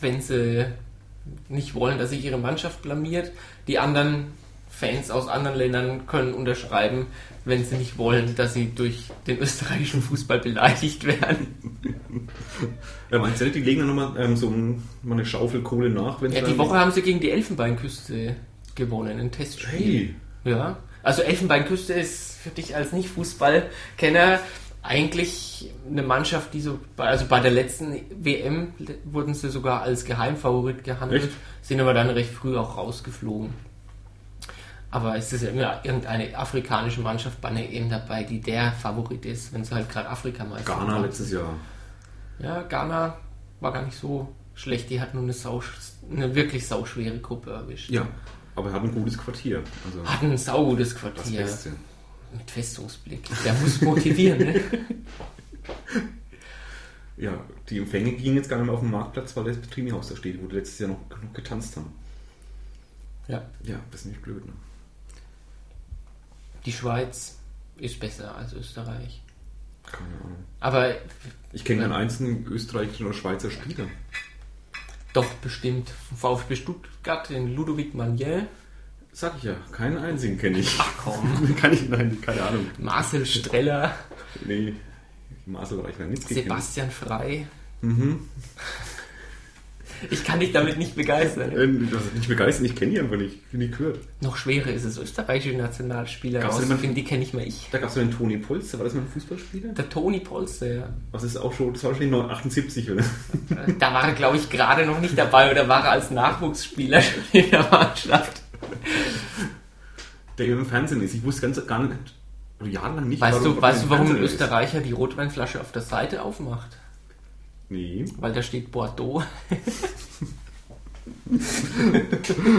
[SPEAKER 2] wenn sie nicht wollen, dass sich ihre Mannschaft blamiert. Die anderen Fans aus anderen Ländern können unterschreiben, wenn sie nicht wollen, dass sie durch den österreichischen Fußball beleidigt werden.
[SPEAKER 1] Ja, meinst du nicht, die legen dann nochmal ähm, so ein, mal eine Schaufel Kohle nach, wenn
[SPEAKER 2] Ja,
[SPEAKER 1] sie
[SPEAKER 2] die
[SPEAKER 1] dann-
[SPEAKER 2] Woche haben sie gegen die Elfenbeinküste gewonnen, ein Testspiel.
[SPEAKER 1] Hey.
[SPEAKER 2] Ja, also Elfenbeinküste ist für dich als Nicht-Fußballkenner eigentlich eine Mannschaft, die so, bei- also bei der letzten WM le- wurden sie sogar als Geheimfavorit gehandelt,
[SPEAKER 1] Echt?
[SPEAKER 2] sind aber dann recht früh auch rausgeflogen. Aber es ist ja immer irgendeine afrikanische Mannschaft bei einer EM dabei, die der Favorit ist, wenn sie halt gerade Afrika mal
[SPEAKER 1] Ghana letztes Jahr.
[SPEAKER 2] ja, Ghana war gar nicht so schlecht. Die hat nur eine, sau, eine wirklich sauschwere Gruppe erwischt.
[SPEAKER 1] Ja. Aber er hat ein gutes Quartier. Also
[SPEAKER 2] Hat ein saugutes
[SPEAKER 1] das
[SPEAKER 2] Quartier.
[SPEAKER 1] Beste.
[SPEAKER 2] Mit Festungsblick. Der muss motivieren, ne?
[SPEAKER 1] Ja, die Empfänge gingen jetzt gar nicht mehr auf den Marktplatz, weil das Betriebhaus da steht, wo die letztes Jahr noch genug getanzt haben.
[SPEAKER 2] Ja.
[SPEAKER 1] Ja, das ist nicht blöd, ne?
[SPEAKER 2] Die Schweiz ist besser als Österreich.
[SPEAKER 1] Keine Ahnung.
[SPEAKER 2] Aber
[SPEAKER 1] Ich kenne keinen einzigen österreichischen oder Schweizer Spieler.
[SPEAKER 2] doch bestimmt VfB Stuttgart, den Ludovic Maniel,
[SPEAKER 1] Sag ich ja, keinen einzigen kenne ich.
[SPEAKER 2] Ach komm.
[SPEAKER 1] Kann ich, nein, keine Ahnung.
[SPEAKER 2] Marcel Streller,
[SPEAKER 1] Nee, Marcel Reichner nicht
[SPEAKER 2] Mhm. Sebastian Frei.
[SPEAKER 1] Mhm.
[SPEAKER 2] Ich kann dich damit nicht begeistern.
[SPEAKER 1] Ähm, Das ist nicht begeistert, ich kenne die einfach nicht. Ich bin nie gehört.
[SPEAKER 2] Noch schwerer ist es, österreichische Nationalspieler
[SPEAKER 1] Gab's denn
[SPEAKER 2] rauszufinden,
[SPEAKER 1] mal-
[SPEAKER 2] die kenne ich mal ich.
[SPEAKER 1] Da gab es den Toni Polster, war das mal ein Fußballspieler?
[SPEAKER 2] Der Toni Polster, ja.
[SPEAKER 1] Was ist auch schon, das war schon 78, oder?
[SPEAKER 2] Da war er, glaube ich, gerade noch nicht dabei oder war er als Nachwuchsspieler schon in der Mannschaft.
[SPEAKER 1] Der eben im Fernsehen ist. Ich wusste ganz gar nicht, oder jahrelang nicht,
[SPEAKER 2] Weißt
[SPEAKER 1] warum-
[SPEAKER 2] du, weißt du,
[SPEAKER 1] im
[SPEAKER 2] warum ein
[SPEAKER 1] Fernsehen ist.
[SPEAKER 2] Österreicher die Rotweinflasche auf der Seite aufmacht?
[SPEAKER 1] Nee.
[SPEAKER 2] Weil da steht Bordeaux.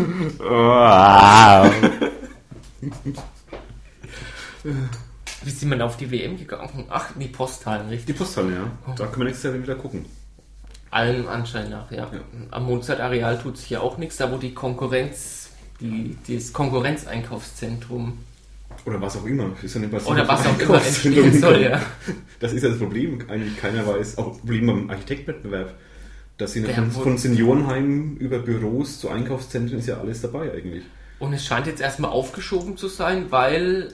[SPEAKER 2] Wie sind wir denn auf die WM gegangen? Ach, die Posthallen,
[SPEAKER 1] Die
[SPEAKER 2] richtig?
[SPEAKER 1] Posthalle, ja. Da können wir nächstes Jahr wieder gucken.
[SPEAKER 2] Allem Anschein nach, ja.
[SPEAKER 1] Ja.
[SPEAKER 2] Am Mozart-Areal tut sich ja auch nichts, da wo die Konkurrenz, die, das Konkurrenzeinkaufszentrum
[SPEAKER 1] Oder was auch immer. Ist ja nicht passiert.
[SPEAKER 2] oder was auch immer entstehen soll, ja.
[SPEAKER 1] Das ist ja das Problem. Eigentlich keiner weiß, auch Problem beim Architektwettbewerb, dass sie
[SPEAKER 2] Der
[SPEAKER 1] von,
[SPEAKER 2] wurde-
[SPEAKER 1] von Seniorenheimen über Büros zu Einkaufszentren ist ja alles dabei eigentlich.
[SPEAKER 2] Und es scheint jetzt erstmal aufgeschoben zu sein, weil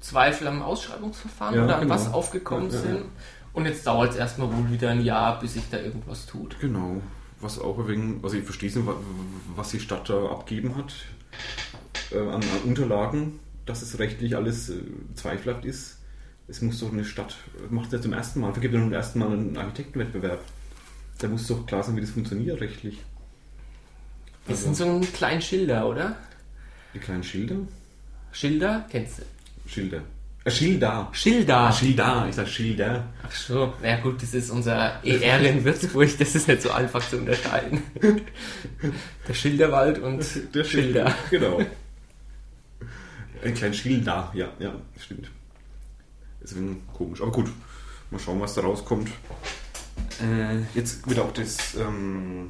[SPEAKER 2] Zweifel am Ausschreibungsverfahren
[SPEAKER 1] Ja,
[SPEAKER 2] oder an
[SPEAKER 1] genau.
[SPEAKER 2] was aufgekommen
[SPEAKER 1] Ja, ja, ja.
[SPEAKER 2] sind. Und jetzt dauert es erstmal wohl wieder ein Jahr, bis sich da irgendwas tut.
[SPEAKER 1] Genau. Was auch wegen, also ich verstehe es nicht, wa- was die Stadt da abgeben hat äh, an, an Unterlagen, dass es rechtlich alles äh, zweifelhaft ist. Es muss doch eine Stadt, macht das zum ersten Mal, vergibt doch zum ersten Mal einen Architektenwettbewerb. Da muss doch klar sein, wie das funktioniert rechtlich.
[SPEAKER 2] Das sind
[SPEAKER 1] Also-
[SPEAKER 2] so ein kleinen Schilder, oder?
[SPEAKER 1] Die kleinen Schilder?
[SPEAKER 2] Schilder? Kennst du?
[SPEAKER 1] Schilder. Äh, Schilder.
[SPEAKER 2] Schilder!
[SPEAKER 1] Schilder, Ah, ich sag Schilder.
[SPEAKER 2] Ach so, na ja, gut, das ist unser ER in Würzburg, das ist nicht so einfach zu unterscheiden. Der Schilderwald und
[SPEAKER 1] Der
[SPEAKER 2] der Schilder.
[SPEAKER 1] Schilder. Genau. Ein kleines Schilder, ja, ja, stimmt. Ist ein bisschen komisch, aber gut. Mal schauen, was da rauskommt. Äh, jetzt wird auch das, ähm,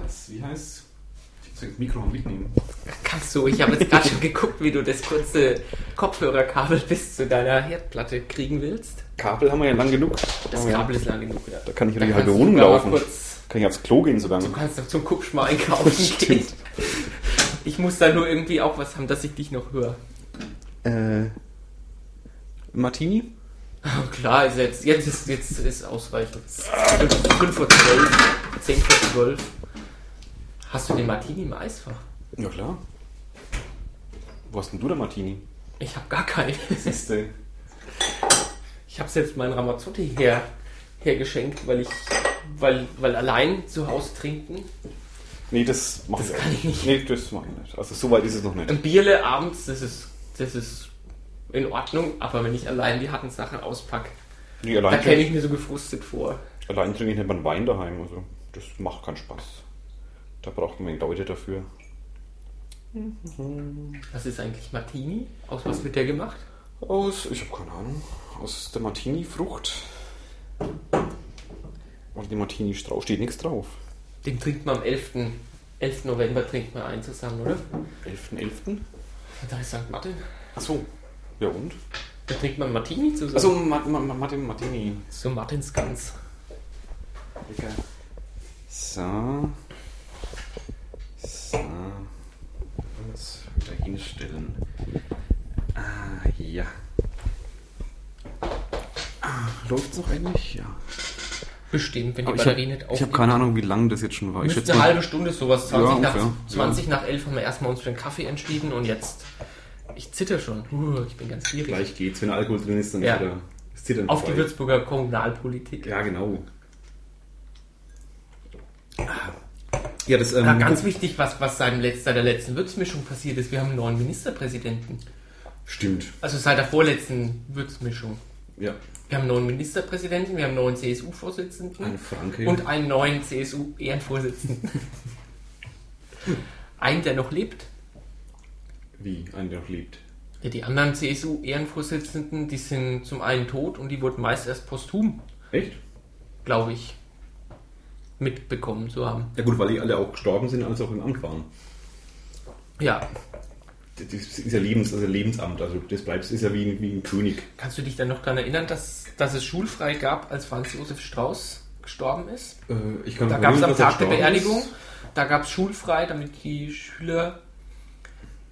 [SPEAKER 1] das, wie heißt Ich muss das Mikro mal mitnehmen.
[SPEAKER 2] Kannst du, ich habe jetzt gerade schon geguckt, wie du das kurze Kopfhörerkabel bis zu deiner Herdplatte kriegen willst.
[SPEAKER 1] Kabel haben wir Oh ja lang genug.
[SPEAKER 2] Das Kabel ist lang genug, ja.
[SPEAKER 1] Da kann ich
[SPEAKER 2] Da
[SPEAKER 1] durch die halbe
[SPEAKER 2] kannst du
[SPEAKER 1] Wohnung
[SPEAKER 2] aber
[SPEAKER 1] laufen.
[SPEAKER 2] Kurz,
[SPEAKER 1] Kann ich aufs Klo gehen sogar.
[SPEAKER 2] du kannst doch zum Kupsch mal einkaufen gehen. Ich muss da nur irgendwie auch was haben, dass ich dich noch höre.
[SPEAKER 1] Äh, Martini?
[SPEAKER 2] Oh, klar, ist jetzt, jetzt, ist, jetzt ist ausreichend. 5 vor 12, 10 vor 12. Hast du den Martini im Eisfach?
[SPEAKER 1] Ja klar. Wo hast denn du da Martini?
[SPEAKER 2] Ich habe gar keinen.
[SPEAKER 1] Siehste.
[SPEAKER 2] Ich habe selbst meinen Ramazzotti her, hergeschenkt, weil ich, weil, weil allein zu Hause trinken
[SPEAKER 1] Nee, das mach
[SPEAKER 2] Das
[SPEAKER 1] ich
[SPEAKER 2] kann
[SPEAKER 1] auch
[SPEAKER 2] ich nicht.
[SPEAKER 1] Nee, das mach ich nicht. Also so weit ist es noch nicht.
[SPEAKER 2] Ein Bierle abends, das ist, das ist in Ordnung, aber wenn ich allein die harten Sachen auspacke,
[SPEAKER 1] Nee,
[SPEAKER 2] da
[SPEAKER 1] allein,
[SPEAKER 2] käme
[SPEAKER 1] trinke,
[SPEAKER 2] ich mir so gefrustet vor.
[SPEAKER 1] allein trinke ich nicht mal einen Wein daheim. Also das macht keinen Spaß. Da braucht man Leute dafür.
[SPEAKER 2] Was ist eigentlich Martini? Aus was wird der gemacht?
[SPEAKER 1] Aus, ich habe keine Ahnung, aus der Martini-Frucht. Oder die Martini-Strauch. Steht nichts drauf.
[SPEAKER 2] Den trinkt man am 11. 11. November trinkt man einen zusammen, oder?
[SPEAKER 1] 11.11.?
[SPEAKER 2] Da ist St. Martin.
[SPEAKER 1] Ach so. Ja und?
[SPEAKER 2] Da trinkt man Martini zusammen.
[SPEAKER 1] Achso, Ma Ma Ma Martin- Martini.
[SPEAKER 2] so Martinsgans.
[SPEAKER 1] Lecker. So. So. Uns wieder hinstellen. Ah, ja. Ah, läuft's noch eigentlich? Ja.
[SPEAKER 2] Bestimmt, wenn die
[SPEAKER 1] Aber
[SPEAKER 2] Batterie
[SPEAKER 1] ich
[SPEAKER 2] nicht
[SPEAKER 1] hab- ich habe
[SPEAKER 2] aufgeht.
[SPEAKER 1] keine Ahnung, wie lang das jetzt schon war. Ich
[SPEAKER 2] Müsste
[SPEAKER 1] schätze
[SPEAKER 2] eine
[SPEAKER 1] mal,
[SPEAKER 2] halbe Stunde sowas.
[SPEAKER 1] Ja,
[SPEAKER 2] 20, nach,
[SPEAKER 1] ungefähr,
[SPEAKER 2] 20 nach 11 haben wir erstmal uns für den Kaffee entschieden und jetzt. Ich zitter schon. Uh, ich bin ganz gierig.
[SPEAKER 1] gleich geht's. Wenn Alkohol drin ist, dann
[SPEAKER 2] Ja.
[SPEAKER 1] ist wieder das Zittern
[SPEAKER 2] Auf die
[SPEAKER 1] vorbei.
[SPEAKER 2] Würzburger Kommunalpolitik.
[SPEAKER 1] Ja, genau. Ah. Ja, das... Ähm,
[SPEAKER 2] Ja, ganz wichtig, was, was seit dem letzter, der letzten Würzmischung passiert ist. Wir haben einen neuen Ministerpräsidenten.
[SPEAKER 1] stimmt.
[SPEAKER 2] Also seit der vorletzten Würzmischung.
[SPEAKER 1] Ja.
[SPEAKER 2] Wir haben einen neuen Ministerpräsidenten, wir haben einen neuen CSU-Vorsitzenden
[SPEAKER 1] Ein Franke.
[SPEAKER 2] und einen neuen CSU-Ehrenvorsitzenden. einen, der noch lebt.
[SPEAKER 1] Wie? Ein, der noch lebt.
[SPEAKER 2] Ja, die anderen CSU-Ehrenvorsitzenden, die sind zum einen tot und die wurden meist erst posthum,
[SPEAKER 1] Echt?
[SPEAKER 2] glaube ich, mitbekommen zu haben.
[SPEAKER 1] Ja gut, weil die alle auch gestorben sind, als auch im Amt waren.
[SPEAKER 2] Ja,
[SPEAKER 1] Das ist ja Lebens, also Lebensamt, also das bleibst, ist ja wie ein, wie ein König.
[SPEAKER 2] Kannst du dich dann noch daran erinnern, dass, dass es schulfrei gab, als Franz Josef Strauß gestorben ist?
[SPEAKER 1] Äh, ich kann
[SPEAKER 2] Da gab es am Tag der Beerdigung, da gab es schulfrei, damit die Schüler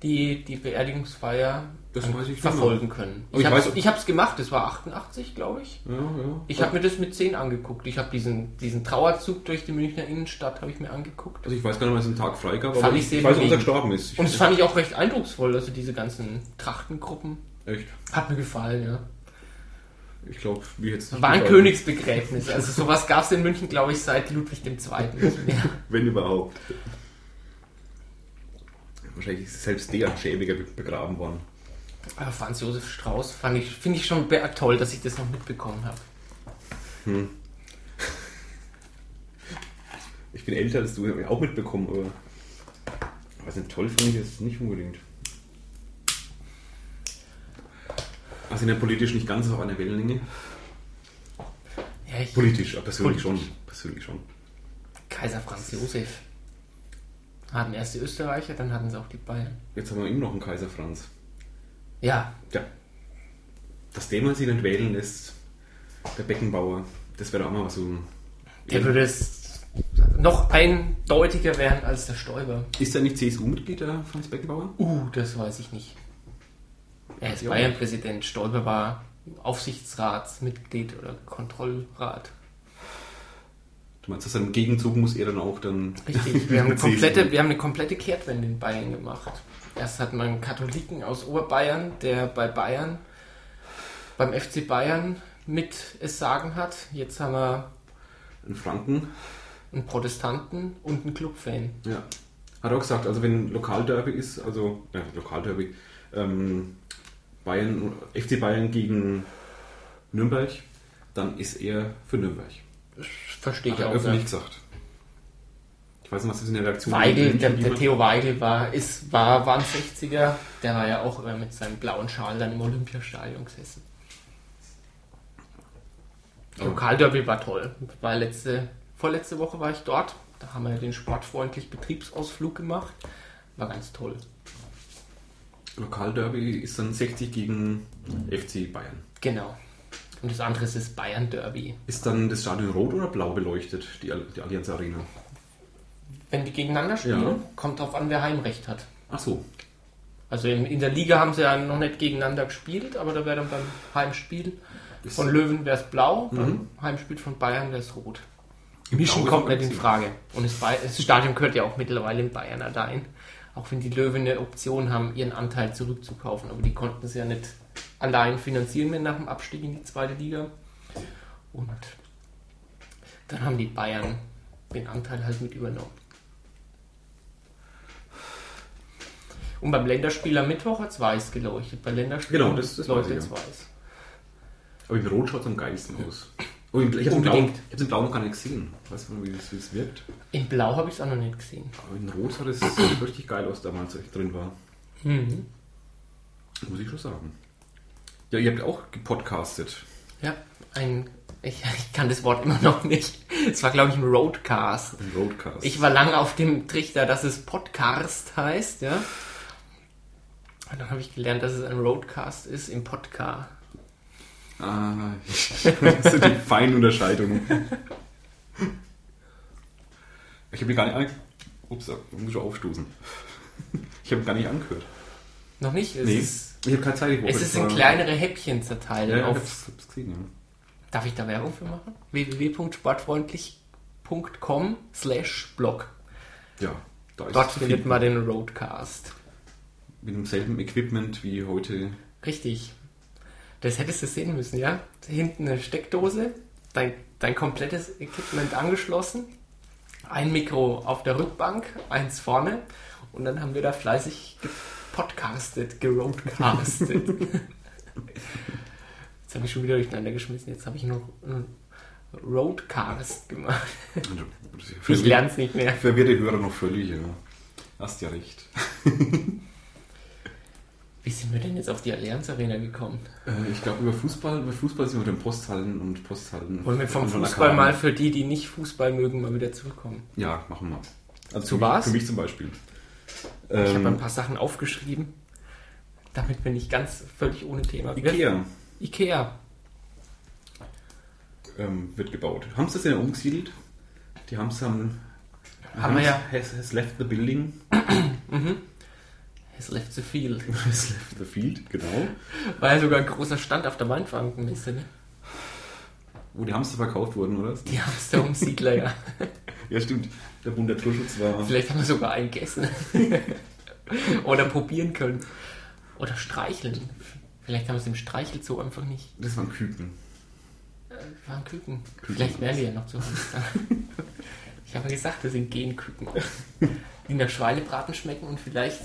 [SPEAKER 2] die, die Beerdigungsfeier
[SPEAKER 1] Das
[SPEAKER 2] an-
[SPEAKER 1] weiß ich nicht
[SPEAKER 2] verfolgen können.
[SPEAKER 1] Aber
[SPEAKER 2] Ich
[SPEAKER 1] ich
[SPEAKER 2] habe
[SPEAKER 1] weiß-
[SPEAKER 2] ich hab's gemacht, das war 88, glaube ich.
[SPEAKER 1] Ja, ja.
[SPEAKER 2] Ich habe mir das mit 10 angeguckt. Ich habe diesen, diesen Trauerzug durch die Münchner Innenstadt habe ich mir angeguckt.
[SPEAKER 1] Also ich weiß gar nicht, ob es einen Tag frei gab,
[SPEAKER 2] Fand
[SPEAKER 1] aber
[SPEAKER 2] ich
[SPEAKER 1] ich, weiß,
[SPEAKER 2] sehr
[SPEAKER 1] dass er
[SPEAKER 2] bewegend.
[SPEAKER 1] gestorben ist. Ich,
[SPEAKER 2] Und das fand ich auch recht eindrucksvoll, also diese ganzen Trachtengruppen.
[SPEAKER 1] echt.
[SPEAKER 2] Hat mir gefallen, ja.
[SPEAKER 1] Ich glaube, wie jetzt.
[SPEAKER 2] War ein Königsbegräbnis. Also sowas gab es in München, glaube ich, seit Ludwig II. nicht mehr.
[SPEAKER 1] Wenn überhaupt. Wahrscheinlich ist selbst der schäbiger be- begraben worden.
[SPEAKER 2] Aber Ah, Franz Josef Strauß fand ich, finde ich schon be- toll, dass ich das noch mitbekommen habe.
[SPEAKER 1] Ich bin älter als du, hab ich auch mitbekommen, aber. Was nicht toll fand ich jetzt nicht unbedingt. Also in der politisch nicht ganz auf einer Wellenlänge.
[SPEAKER 2] Ja, ich,
[SPEAKER 1] Politisch, aber persönlich
[SPEAKER 2] Politisch.
[SPEAKER 1] schon. Persönlich schon.
[SPEAKER 2] Kaiser Franz Josef. Hatten erst die Österreicher, dann hatten sie auch die Bayern.
[SPEAKER 1] Jetzt haben wir immer noch einen Kaiser Franz.
[SPEAKER 2] Ja,
[SPEAKER 1] Tja. Dass der mal sich nicht wählen lässt, der Beckenbauer, das wäre auch mal was so.
[SPEAKER 2] der würde es noch eindeutiger werden als der Stoiber.
[SPEAKER 1] Ist er nicht CSU-Mitglied, der Franz Beckenbauer?
[SPEAKER 2] Uh, das weiß ich nicht. Er ist
[SPEAKER 1] Ja.
[SPEAKER 2] Bayern-Präsident. Stoiber war Aufsichtsratsmitglied oder Kontrollrat.
[SPEAKER 1] Du meinst, dass er im Gegenzug muss er dann auch dann.
[SPEAKER 2] Richtig, wir haben, eine
[SPEAKER 1] mit CSU.
[SPEAKER 2] komplette, wir haben eine komplette Kehrtwende in Bayern gemacht. Erst hat man einen Katholiken aus Oberbayern, der bei Bayern, beim FC Bayern mit es sagen hat. Jetzt haben wir
[SPEAKER 1] In Franken.
[SPEAKER 2] einen Protestanten und einen Clubfan.
[SPEAKER 1] Ja. Hat auch gesagt, also wenn Lokalderby ist, also ja, Lokalderby, ähm, Bayern, FC Bayern gegen Nürnberg, dann ist er für Nürnberg.
[SPEAKER 2] Verstehe
[SPEAKER 1] Hat
[SPEAKER 2] ich
[SPEAKER 1] er
[SPEAKER 2] auch.
[SPEAKER 1] öffentlich
[SPEAKER 2] Öffentlich
[SPEAKER 1] gesagt. Ich weiß nicht, was das in der Reaktion
[SPEAKER 2] Weigel,
[SPEAKER 1] München
[SPEAKER 2] der, der
[SPEAKER 1] gegeben hat.
[SPEAKER 2] Theo Weigel war, ist, war, war ein 60er, der war ja auch immer mit seinem blauen Schal dann im Olympiastadion gesessen. Lokalderby war toll. War letzte, vorletzte Woche war ich dort. Da haben wir den sportfreundlich Betriebsausflug gemacht. War ganz toll.
[SPEAKER 1] Lokalderby ist dann 60 gegen FC Bayern.
[SPEAKER 2] Genau. Und das andere ist das Bayern Derby.
[SPEAKER 1] Ist dann das Stadion rot oder blau beleuchtet, die, Al- die Allianz Arena?
[SPEAKER 2] Wenn die gegeneinander spielen,
[SPEAKER 1] Ja.
[SPEAKER 2] kommt drauf an, wer Heimrecht hat.
[SPEAKER 1] Ach so.
[SPEAKER 2] Also in, in der Liga haben sie ja noch nicht gegeneinander gespielt, aber da wäre dann beim Heimspiel
[SPEAKER 1] Ist-
[SPEAKER 2] von Löwen wäre es blau, beim Heimspiel von Bayern wäre es rot. Mischen
[SPEAKER 1] Blau
[SPEAKER 2] kommt
[SPEAKER 1] ist
[SPEAKER 2] nicht in
[SPEAKER 1] Maxi.
[SPEAKER 2] Frage. Und das, Bay- das Stadion gehört ja auch mittlerweile in Bayern allein. Auch wenn die Löwen eine Option haben, ihren Anteil zurückzukaufen. Aber die konnten es ja nicht allein finanzieren mehr nach dem Abstieg in die zweite Liga. Und dann haben die Bayern den Anteil halt mit übernommen. Und beim Länderspiel am Mittwoch hat es weiß geleuchtet. Bei Länderspielen
[SPEAKER 1] Genau, das- das
[SPEAKER 2] leuchtet
[SPEAKER 1] weiß
[SPEAKER 2] es
[SPEAKER 1] ich,
[SPEAKER 2] weiß.
[SPEAKER 1] Aber im Rot schaut es am geilsten aus. Oh, ich habe
[SPEAKER 2] Unbedingt.
[SPEAKER 1] es im Blau noch gar nicht gesehen. Weißt du, wie das, wie das wirkt?
[SPEAKER 2] In Blau habe ich es auch noch nicht gesehen.
[SPEAKER 1] Aber in Rot sah das richtig geil aus damals, als ich drin war. Muss ich schon sagen. Ja, ihr habt auch gepodcastet.
[SPEAKER 2] Ja, ein. Ich, ich kann das Wort immer noch nicht. Es war, glaube ich, ein Roadcast.
[SPEAKER 1] Ein Roadcast.
[SPEAKER 2] Ich war lange auf dem Trichter, dass es Podcast heißt, ja. Und dann habe ich gelernt, dass es ein Roadcast ist im Podcast.
[SPEAKER 1] Ah, das sind die feinen Unterscheidungen. Ich habe mir gar nicht angehört. Ups, ich muss schon aufstoßen. Ich habe gar nicht angehört.
[SPEAKER 2] Noch nicht? Es ist,
[SPEAKER 1] ich habe keine Zeit. Ich
[SPEAKER 2] es ist in kleinere Häppchen zerteilt.
[SPEAKER 1] ja, ja,
[SPEAKER 2] auf,
[SPEAKER 1] hab's, hab's gesehen, ja.
[SPEAKER 2] darf ich da Werbung für machen? www.sportfreundlich.com slash blog.
[SPEAKER 1] Ja, da ist
[SPEAKER 2] Dort
[SPEAKER 1] zu
[SPEAKER 2] findet
[SPEAKER 1] finden.
[SPEAKER 2] man den Roadcast.
[SPEAKER 1] Mit demselben Equipment wie heute.
[SPEAKER 2] Richtig. Das hättest du sehen müssen, ja? Hinten eine Steckdose, dein, dein komplettes Equipment angeschlossen, ein Mikro auf der Rückbank, eins vorne und dann haben wir da fleißig gepodcastet, geroadcastet. Jetzt habe ich schon wieder durcheinander geschmissen, jetzt habe ich noch einen Roadcast gemacht. Ich lerne es nicht mehr.
[SPEAKER 1] Verwirrte Hörer noch völlig, ja. Hast ja recht.
[SPEAKER 2] Wie sind wir denn jetzt auf die Allianz Arena gekommen?
[SPEAKER 1] Äh, Ich glaube, über Fußball, über Fußball sind wir mit dem Posthallen und Posthallen.
[SPEAKER 2] Wollen wir vom
[SPEAKER 1] und von der
[SPEAKER 2] Fußball
[SPEAKER 1] Kahn.
[SPEAKER 2] mal für die, die nicht Fußball mögen, mal wieder zurückkommen?
[SPEAKER 1] Ja, machen wir. Also
[SPEAKER 2] Zu
[SPEAKER 1] für
[SPEAKER 2] was?
[SPEAKER 1] Mich, für mich zum Beispiel.
[SPEAKER 2] Ich habe ein
[SPEAKER 1] Ähm,
[SPEAKER 2] paar Sachen aufgeschrieben, damit wir nicht ganz völlig ohne Thema werden.
[SPEAKER 1] Ikea
[SPEAKER 2] Ikea.
[SPEAKER 1] ähm, wird gebaut. Hamster sind ja umgesiedelt. Die Hamster haben.
[SPEAKER 2] Haben wir ja.
[SPEAKER 1] Has, has left the building.
[SPEAKER 2] Has left the field.
[SPEAKER 1] Has left the field, genau.
[SPEAKER 2] War ja sogar ein großer Stand auf der Weinfrankenmesse, ne?
[SPEAKER 1] Wo Oh, die Hamster verkauft wurden, oder?
[SPEAKER 2] Die Hamsterumsiedler, um ja.
[SPEAKER 1] Ja, stimmt. Der Bund Naturschutz war.
[SPEAKER 2] Vielleicht haben wir sogar einen gegessen. Oder probieren können. Oder streicheln. Vielleicht haben wir es im Streichelzoo einfach nicht.
[SPEAKER 1] Das waren Küken.
[SPEAKER 2] Äh, waren Küken. Vielleicht wären die ja noch zu Hamster. ich habe ja gesagt, das sind Genküken. Die nach Schweinebraten schmecken und vielleicht,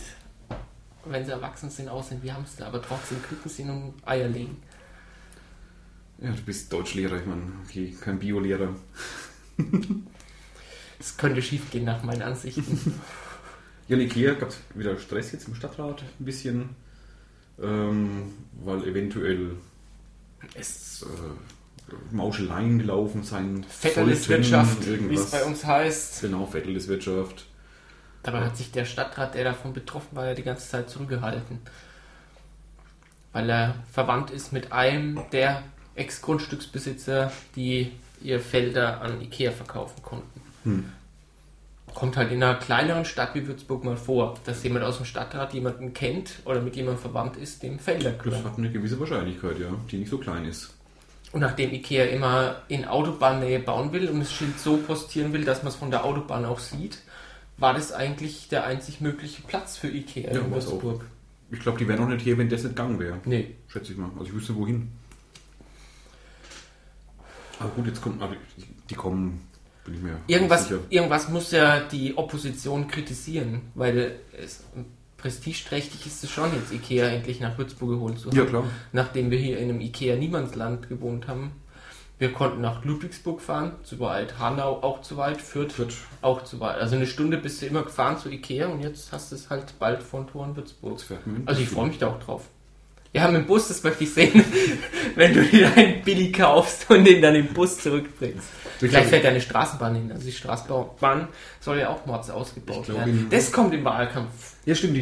[SPEAKER 2] wenn sie erwachsen sind, aussehen wie Hamster, aber trotzdem Küken sind und Eier legen.
[SPEAKER 1] Ja, du bist Deutschlehrer, ich meine, okay, kein Biolehrer.
[SPEAKER 2] Es könnte schief gehen nach meinen Ansichten.
[SPEAKER 1] Ja, in Ikea gab es wieder Stress jetzt im Stadtrat ein bisschen, ähm, weil eventuell
[SPEAKER 2] Es
[SPEAKER 1] äh, Mauscheleien gelaufen sein
[SPEAKER 2] Vetterliswirtschaft,
[SPEAKER 1] sollten,
[SPEAKER 2] wie es bei uns heißt.
[SPEAKER 1] Genau, Vetterliswirtschaft.
[SPEAKER 2] Dabei hat sich der Stadtrat, der davon betroffen war, ja die ganze Zeit zurückgehalten. Weil er verwandt ist mit einem der Ex-Grundstücksbesitzer, die ihr Felder an Ikea verkaufen konnten. Kommt halt in einer kleineren Stadt wie Würzburg mal vor, dass jemand aus dem Stadtrat jemanden kennt oder mit jemandem verwandt ist, dem Felder gehören.
[SPEAKER 1] Das hat eine gewisse Wahrscheinlichkeit, ja, die nicht so klein ist.
[SPEAKER 2] Und nachdem Ikea immer in Autobahnnähe bauen will und das Schild so postieren will, dass man es von der Autobahn auch sieht, war das eigentlich der einzig mögliche Platz für Ikea
[SPEAKER 1] Ja,
[SPEAKER 2] in
[SPEAKER 1] war's auch.
[SPEAKER 2] Würzburg.
[SPEAKER 1] Ich glaube, die wären auch nicht hier, wenn das nicht gegangen wäre.
[SPEAKER 2] Nee.
[SPEAKER 1] Schätze ich mal. Also ich wüsste wohin. Aber gut, jetzt kommt. Aber die kommen, bin ich mir
[SPEAKER 2] Irgendwas,
[SPEAKER 1] sicher.
[SPEAKER 2] irgendwas muss ja die Opposition kritisieren, weil es prestigeträchtig ist es schon, jetzt Ikea endlich nach Würzburg geholt zu haben.
[SPEAKER 1] Ja, klar.
[SPEAKER 2] Nachdem wir hier in einem Ikea-Niemandsland gewohnt haben. Wir konnten nach Ludwigsburg fahren, zu weit, Hanau auch zu weit, Fürth
[SPEAKER 1] Fürth.
[SPEAKER 2] auch zu weit. Also eine Stunde bist du immer gefahren zu Ikea und jetzt hast du es halt bald von Toren Würzburg.
[SPEAKER 1] Jetzt fährt man mit dem
[SPEAKER 2] Also ich
[SPEAKER 1] Bus
[SPEAKER 2] freue mich da auch drauf. Ja, mit dem Bus, das möchte ich sehen, wenn du dir einen Billy kaufst und den dann im Bus zurückbringst.
[SPEAKER 1] Ich
[SPEAKER 2] Vielleicht
[SPEAKER 1] glaube-
[SPEAKER 2] fährt da eine Straßenbahn hin. Also die Straßenbahn soll ja auch mords
[SPEAKER 1] Ich
[SPEAKER 2] ausgebaut
[SPEAKER 1] glaube,
[SPEAKER 2] werden.
[SPEAKER 1] in-
[SPEAKER 2] Das kommt im Wahlkampf.
[SPEAKER 1] Ja, stimmt. Die,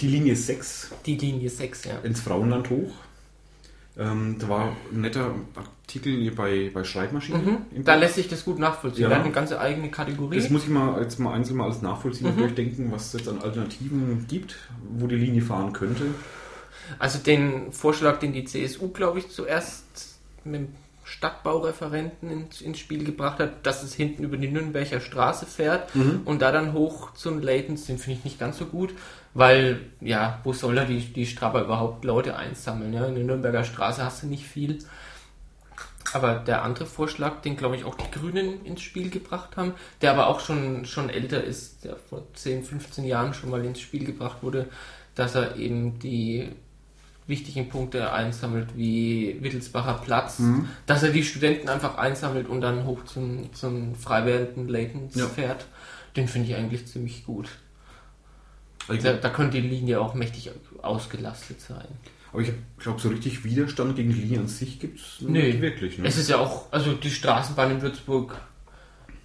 [SPEAKER 1] Die, die Linie 6
[SPEAKER 2] Die Linie 6, ja.
[SPEAKER 1] ins Frauenland hoch. Ähm, da war ein netter Artikel hier bei, bei Schreibmaschinen. im
[SPEAKER 2] Mhm. Da
[SPEAKER 1] Blog.
[SPEAKER 2] lässt sich das gut nachvollziehen.
[SPEAKER 1] Ja.
[SPEAKER 2] Da hat eine ganze eigene Kategorie.
[SPEAKER 1] das muss ich mal jetzt mal einzeln mal alles nachvollziehen
[SPEAKER 2] Mhm.
[SPEAKER 1] und durchdenken, was es jetzt an Alternativen gibt, wo die Linie fahren könnte.
[SPEAKER 2] Also den Vorschlag, den die CSU, glaube ich, zuerst mit dem Stadtbaureferenten ins, ins Spiel gebracht hat, dass es hinten über die Nürnberger Straße fährt und da dann hoch zum Leitens, den finde ich nicht ganz so gut, weil, ja, wo soll da die, die Strapper überhaupt Leute einsammeln? Ja? In der Nürnberger Straße hast du nicht viel. Aber der andere Vorschlag, den glaube ich auch die Grünen ins Spiel gebracht haben, der aber auch schon, schon älter ist, der vor 10, 15 Jahren schon mal ins Spiel gebracht wurde, dass er eben die wichtigen Punkte einsammelt, wie Wittelsbacher Platz,
[SPEAKER 1] Mhm.
[SPEAKER 2] dass er die Studenten einfach einsammelt und dann hoch zum, zum frei werdenden Leitens
[SPEAKER 1] Ja.
[SPEAKER 2] fährt, den finde ich eigentlich ziemlich gut.
[SPEAKER 1] Also ich
[SPEAKER 2] Da, da könnte die Linie auch mächtig ausgelastet sein.
[SPEAKER 1] Aber ich glaube, so richtig Widerstand gegen die Linie an sich gibt es nicht wirklich. Ne?
[SPEAKER 2] Es ist ja auch, also die Straßenbahn in Würzburg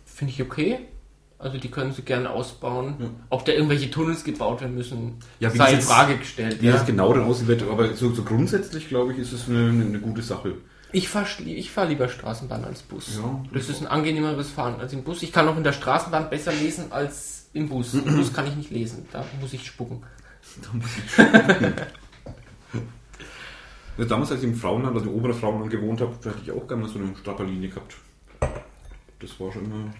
[SPEAKER 2] finde ich okay. Also die können sie gerne ausbauen.
[SPEAKER 1] Ja.
[SPEAKER 2] Ob da irgendwelche Tunnels gebaut werden müssen,
[SPEAKER 1] Ja, wie
[SPEAKER 2] sei in
[SPEAKER 1] das jetzt-
[SPEAKER 2] Frage gestellt.
[SPEAKER 1] Wie
[SPEAKER 2] Ja.
[SPEAKER 1] das genau dann aussehen wird, aber so, so grundsätzlich, glaube ich, ist es eine, eine gute Sache.
[SPEAKER 2] Ich fahre ich fahr lieber Straßenbahn als Bus.
[SPEAKER 1] Ja,
[SPEAKER 2] das ist ein angenehmeres Fahren als im Bus. Ich kann auch in der Straßenbahn besser lesen als im Bus. Im Bus kann ich nicht lesen, da muss ich spucken.
[SPEAKER 1] Also damals, als ich im Frauenland, also im oberen Frauenland gewohnt habe, da hatte ich auch gerne mal so eine Strapperlinie gehabt. Das war schon immer.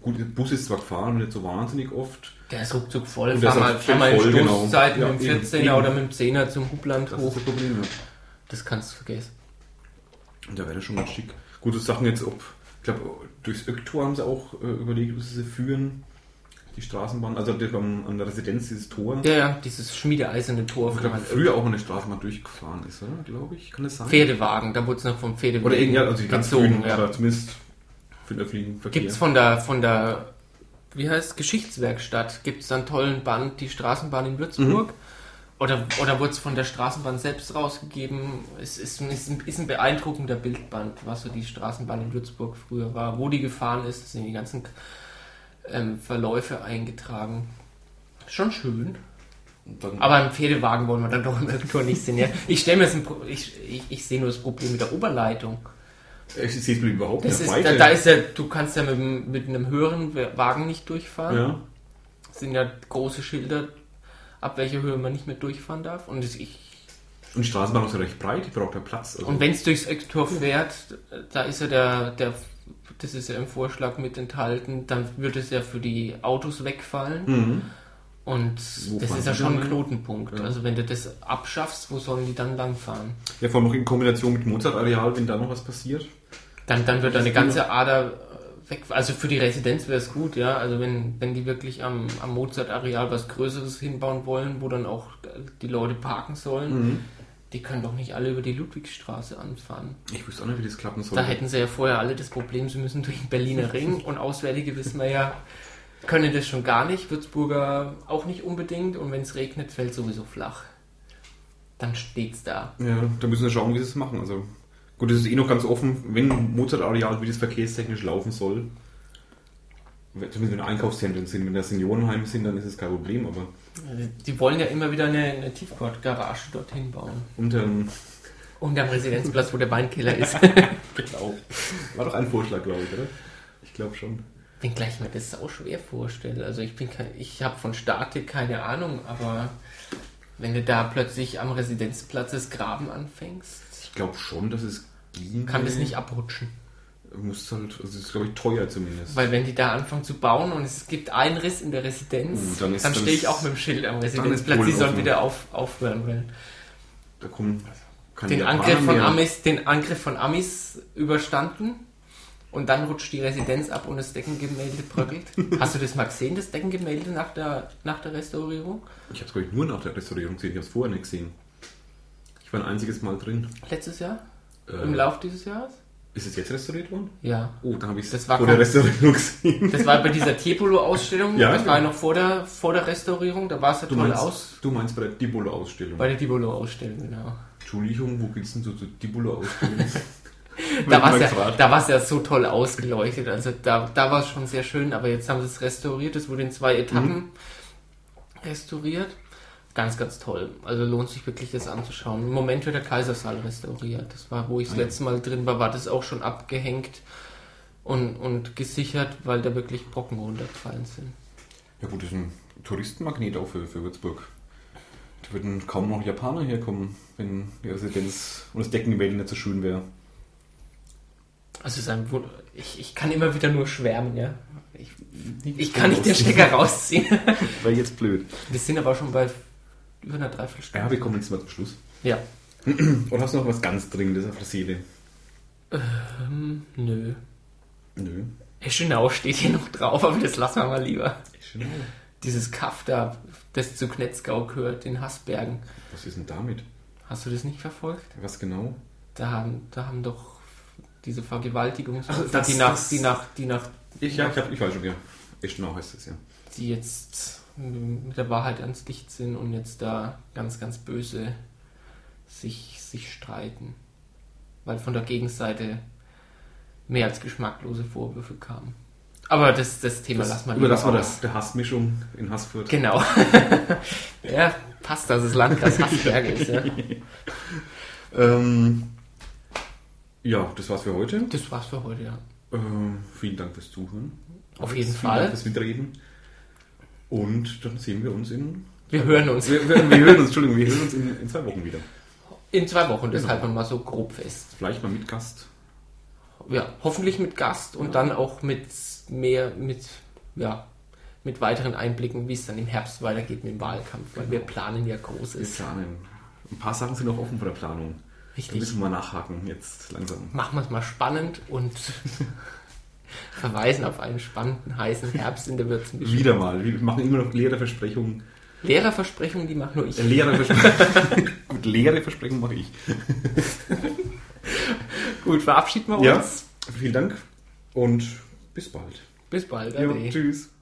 [SPEAKER 1] Gut, der Bus ist zwar gefahren, nicht so wahnsinnig oft.
[SPEAKER 2] Der ist ruckzuck voll.
[SPEAKER 1] Und der
[SPEAKER 2] Fahr
[SPEAKER 1] ist
[SPEAKER 2] mal,
[SPEAKER 1] auch
[SPEAKER 2] fahr mal in
[SPEAKER 1] voll, genau.
[SPEAKER 2] Stoßzeiten
[SPEAKER 1] Ja,
[SPEAKER 2] mit
[SPEAKER 1] eben,
[SPEAKER 2] dem 14er
[SPEAKER 1] eben.
[SPEAKER 2] oder mit dem 10er zum Hubland
[SPEAKER 1] Das
[SPEAKER 2] hoch.
[SPEAKER 1] ist das Problem. Ja.
[SPEAKER 2] Das kannst du vergessen.
[SPEAKER 1] Und da wäre das schon ganz schick. Gute Sachen jetzt, ob, ich glaube, durchs Öktor haben sie auch äh, überlegt, was sie führen. Die Straßenbahn, also die- beim- an der Residenz dieses Tor.
[SPEAKER 2] Ja, ja, dieses schmiedeeiserne Tor.
[SPEAKER 1] Ich
[SPEAKER 2] von
[SPEAKER 1] glaube,
[SPEAKER 2] meinem
[SPEAKER 1] früher auch mal eine Straßenbahn durchgefahren ist, oder? Glaube ich. Kann das sein?
[SPEAKER 2] Pferdewagen, da wurde es noch vom Pferdewagen
[SPEAKER 1] Oder irgendwie, also die ganz
[SPEAKER 2] gezogen.
[SPEAKER 1] frühen,
[SPEAKER 2] Ja.
[SPEAKER 1] oder zumindest für den öffentlichen Verkehr.
[SPEAKER 2] Gibt es von der, von der, wie heißt es, Geschichtswerkstatt, gibt es einen tollen Band, die Straßenbahn in Würzburg? Oder, oder wurde es von der Straßenbahn selbst rausgegeben? Es ist, ein- ist, ein, ist ein beeindruckender Bildband, was so die Straßenbahn in Würzburg früher war. Wo die gefahren ist, sind die ganzen ähm, Verläufe eingetragen. Schon schön.
[SPEAKER 1] Und dann,
[SPEAKER 2] Aber einen Pferdewagen wollen wir dann doch im Öktor nicht sehen. Ja? Ich stelle mir jetzt ein Pro ich, ich, ich sehe nur das Problem mit der Oberleitung.
[SPEAKER 1] ich sehe es mir überhaupt
[SPEAKER 2] Das
[SPEAKER 1] nicht.
[SPEAKER 2] ist, da,
[SPEAKER 1] Weite.
[SPEAKER 2] da ist ja, du kannst ja mit, dem- mit einem höheren Wagen nicht durchfahren.
[SPEAKER 1] ja.
[SPEAKER 2] Es sind ja große Schilder ab welcher Höhe man nicht mehr durchfahren darf. Und es- ich
[SPEAKER 1] Und die Straßenbahn ist ja recht breit, die braucht ja Platz. Also
[SPEAKER 2] Und wenn es durchs Ecktor fährt, da ist ja der, der, das ist ja im Vorschlag mit enthalten, dann würde es ja für die Autos wegfallen.
[SPEAKER 1] Mhm. Hm.
[SPEAKER 2] Und
[SPEAKER 1] Wo
[SPEAKER 2] das
[SPEAKER 1] fahren
[SPEAKER 2] ist ja
[SPEAKER 1] die
[SPEAKER 2] schon
[SPEAKER 1] dann
[SPEAKER 2] ein
[SPEAKER 1] hin?
[SPEAKER 2] Knotenpunkt. Also wenn du das abschaffst, wo sollen die dann langfahren?
[SPEAKER 1] ja, vor allem noch in Kombination mit Mozart-Areal, wenn da noch was passiert.
[SPEAKER 2] Dann, dann wird
[SPEAKER 1] Das
[SPEAKER 2] eine
[SPEAKER 1] ist
[SPEAKER 2] ganze Ader äh, weg. Also für die Residenz wäre es gut, ja. Also wenn, wenn die wirklich am, am Mozart-Areal was Größeres hinbauen wollen, wo dann auch äh, die Leute parken sollen,
[SPEAKER 1] Mhm.
[SPEAKER 2] die können doch nicht alle über die Ludwigstraße anfahren.
[SPEAKER 1] Ich wüsste auch nicht, wie das klappen soll.
[SPEAKER 2] Da hätten sie ja vorher alle das Problem, sie müssen durch den Berliner Ring und Auswärtige wissen wir ja, können das schon gar nicht, Würzburger auch nicht unbedingt und wenn es regnet, fällt sowieso flach. Dann steht's da.
[SPEAKER 1] Ja, da müssen wir schauen, wie sie es machen. Also gut, es ist eh noch ganz offen, wenn Mozart-Areal, wie das verkehrstechnisch laufen soll. Zumindest wenn Einkaufszentren sind, wenn da Seniorenheime sind, dann ist es kein Problem, aber
[SPEAKER 2] Die wollen ja immer wieder eine, eine Tiefgott-Garage dorthin bauen.
[SPEAKER 1] unterm
[SPEAKER 2] Unterm Residenzplatz, wo der Weinkeller ist.
[SPEAKER 1] Genau. War doch ein Vorschlag, glaube ich, oder? Ich glaube schon.
[SPEAKER 2] bin gleich mir das sau schwer vorstelle. Also ich bin kein, ich habe von Statik keine Ahnung, aber wenn du da plötzlich am Residenzplatz das Graben anfängst,
[SPEAKER 1] Ich glaube schon, dass es ging.
[SPEAKER 2] kann das nicht abrutschen.
[SPEAKER 1] Muss halt, also es ist, glaube ich, teuer zumindest.
[SPEAKER 2] Weil wenn die da anfangen zu bauen und es gibt einen Riss in der Residenz,
[SPEAKER 1] Uh,
[SPEAKER 2] dann,
[SPEAKER 1] dann ist- dann
[SPEAKER 2] stehe ich
[SPEAKER 1] ist-
[SPEAKER 2] auch mit dem Schild am
[SPEAKER 1] ist
[SPEAKER 2] Residenzplatz, die
[SPEAKER 1] Polen
[SPEAKER 2] sollen
[SPEAKER 1] offen.
[SPEAKER 2] wieder auf, aufhören wollen.
[SPEAKER 1] da kommen kann
[SPEAKER 2] Den
[SPEAKER 1] die
[SPEAKER 2] Angriff, von
[SPEAKER 1] mehr.
[SPEAKER 2] Amis, den Angriff von Amis überstanden und dann rutscht die Residenz ab und das Deckengemälde bröckelt. Hast du das mal gesehen, das Deckengemälde nach der, nach der Restaurierung?
[SPEAKER 1] Ich habe es, glaube ich, nur nach der Restaurierung gesehen. Ich habe es vorher nicht gesehen. Ich war ein einziges Mal drin.
[SPEAKER 2] Letztes Jahr? Im
[SPEAKER 1] Ähm.
[SPEAKER 2] Lauf dieses Jahres?
[SPEAKER 1] Ist es jetzt restauriert worden?
[SPEAKER 2] Ja.
[SPEAKER 1] Oh, da habe ich
[SPEAKER 2] Das
[SPEAKER 1] es
[SPEAKER 2] war
[SPEAKER 1] vor der
[SPEAKER 2] kaum-
[SPEAKER 1] Restaurierung gesehen.
[SPEAKER 2] Das war bei dieser Tepolo-Ausstellung,
[SPEAKER 1] Ja,
[SPEAKER 2] das war ja
[SPEAKER 1] ja.
[SPEAKER 2] noch vor der, vor der Restaurierung, da war es ja
[SPEAKER 1] Du
[SPEAKER 2] toll
[SPEAKER 1] meinst,
[SPEAKER 2] aus.
[SPEAKER 1] du meinst bei der Dibolo-Ausstellung.
[SPEAKER 2] Bei der Tepolo-Ausstellung, genau.
[SPEAKER 1] Entschuldigung, wo geht's denn so zur Dibolo-Ausstellung?
[SPEAKER 2] Da war es ja,
[SPEAKER 1] gefragt.
[SPEAKER 2] da war's ja so toll ausgeleuchtet. Also da, da war es schon sehr schön, aber jetzt haben sie es restauriert. Es wurde in zwei Etappen
[SPEAKER 1] Mhm.
[SPEAKER 2] restauriert. Ganz, ganz toll. Also lohnt sich wirklich, das anzuschauen. Im Moment wird der Kaisersaal restauriert. Das war, wo ich das
[SPEAKER 1] Ah ja.
[SPEAKER 2] letzte Mal drin war, war das auch schon abgehängt und, und gesichert, weil da wirklich Brocken runtergefallen sind.
[SPEAKER 1] Ja gut, das ist ein Touristenmagnet auch für, für Würzburg. Da würden kaum noch Japaner herkommen, wenn die Residenz und das Deckengemälde nicht so schön wäre.
[SPEAKER 2] Also sein Wund ich, ich kann immer wieder nur schwärmen, ja. Ich, ich
[SPEAKER 1] kann
[SPEAKER 2] kann nicht den
[SPEAKER 1] rausziehen.
[SPEAKER 2] Stecker rausziehen.
[SPEAKER 1] Wäre jetzt blöd.
[SPEAKER 2] Wir sind aber schon bei über einer Dreiviertelstunde.
[SPEAKER 1] Ja, wir kommen jetzt mal zum Schluss.
[SPEAKER 2] Ja.
[SPEAKER 1] Oder hast du noch was ganz Dringendes auf der Seele?
[SPEAKER 2] Ähm, Nö.
[SPEAKER 1] Nö.
[SPEAKER 2] Eschenau steht hier noch drauf, aber das lassen wir mal lieber.
[SPEAKER 1] Genau.
[SPEAKER 2] Dieses Kaff da, das zu Knetzgau gehört, in Haßbergen.
[SPEAKER 1] Was ist denn damit?
[SPEAKER 2] Hast du das nicht verfolgt?
[SPEAKER 1] Was genau?
[SPEAKER 2] Da haben, da haben doch diese Vergewaltigungsopfer,
[SPEAKER 1] Ach, Also das-
[SPEAKER 2] die, nach,
[SPEAKER 1] das-
[SPEAKER 2] die nach, die nach,
[SPEAKER 1] Ich, ja, ich, hab, ich weiß schon, ja. Eschenau heißt es, ja.
[SPEAKER 2] die jetzt ähm, mit der Wahrheit ans Licht sind und jetzt da ganz, ganz böse sich, sich streiten. Weil von der Gegenseite mehr als geschmacklose Vorwürfe kamen. Aber das, das Thema lassen wir lieber
[SPEAKER 1] Überlassen wir
[SPEAKER 2] aus.
[SPEAKER 1] das. Der Hassmischung in Hassfurt.
[SPEAKER 2] Genau. ja, passt, dass es Landkreis Hassberge ist. Ja.
[SPEAKER 1] Ähm, ja, das war's für heute.
[SPEAKER 2] Das war's für heute, ja.
[SPEAKER 1] Ähm, vielen Dank fürs Zuhören.
[SPEAKER 2] Auf jeden
[SPEAKER 1] vielen
[SPEAKER 2] Fall.
[SPEAKER 1] Dank fürs Mitreden. Und dann sehen wir uns in.
[SPEAKER 2] Wir hören uns
[SPEAKER 1] Wir, wir, wir hören uns, Entschuldigung, wir hören uns in, in zwei Wochen wieder.
[SPEAKER 2] in zwei Wochen, das halten wir mal so grob fest.
[SPEAKER 1] Vielleicht mal mit Gast.
[SPEAKER 2] Ja, hoffentlich mit Gast und dann auch mit mehr, mit, ja, mit weiteren Einblicken, wie es dann im Herbst weitergeht mit dem Wahlkampf, weil wir planen ja
[SPEAKER 1] Wir
[SPEAKER 2] Großes.
[SPEAKER 1] planen. Ein paar Sachen sind noch offen von der Planung. Da
[SPEAKER 2] Richtig.
[SPEAKER 1] müssen wir mal nachhaken, jetzt langsam.
[SPEAKER 2] Machen wir es mal spannend und verweisen auf einen spannenden, heißen Herbst in der Würzmischung.
[SPEAKER 1] Wieder mal. Wir machen immer noch leere Versprechungen.
[SPEAKER 2] Lehrerversprechungen, die mache nur ich.
[SPEAKER 1] Äh, Leere Versprechungen. Gut, leere Versprechungen mache ich.
[SPEAKER 2] Gut, verabschieden wir uns.
[SPEAKER 1] Ja. Vielen Dank und bis bald.
[SPEAKER 2] Bis bald.
[SPEAKER 1] Ja,
[SPEAKER 2] Ade.
[SPEAKER 1] tschüss.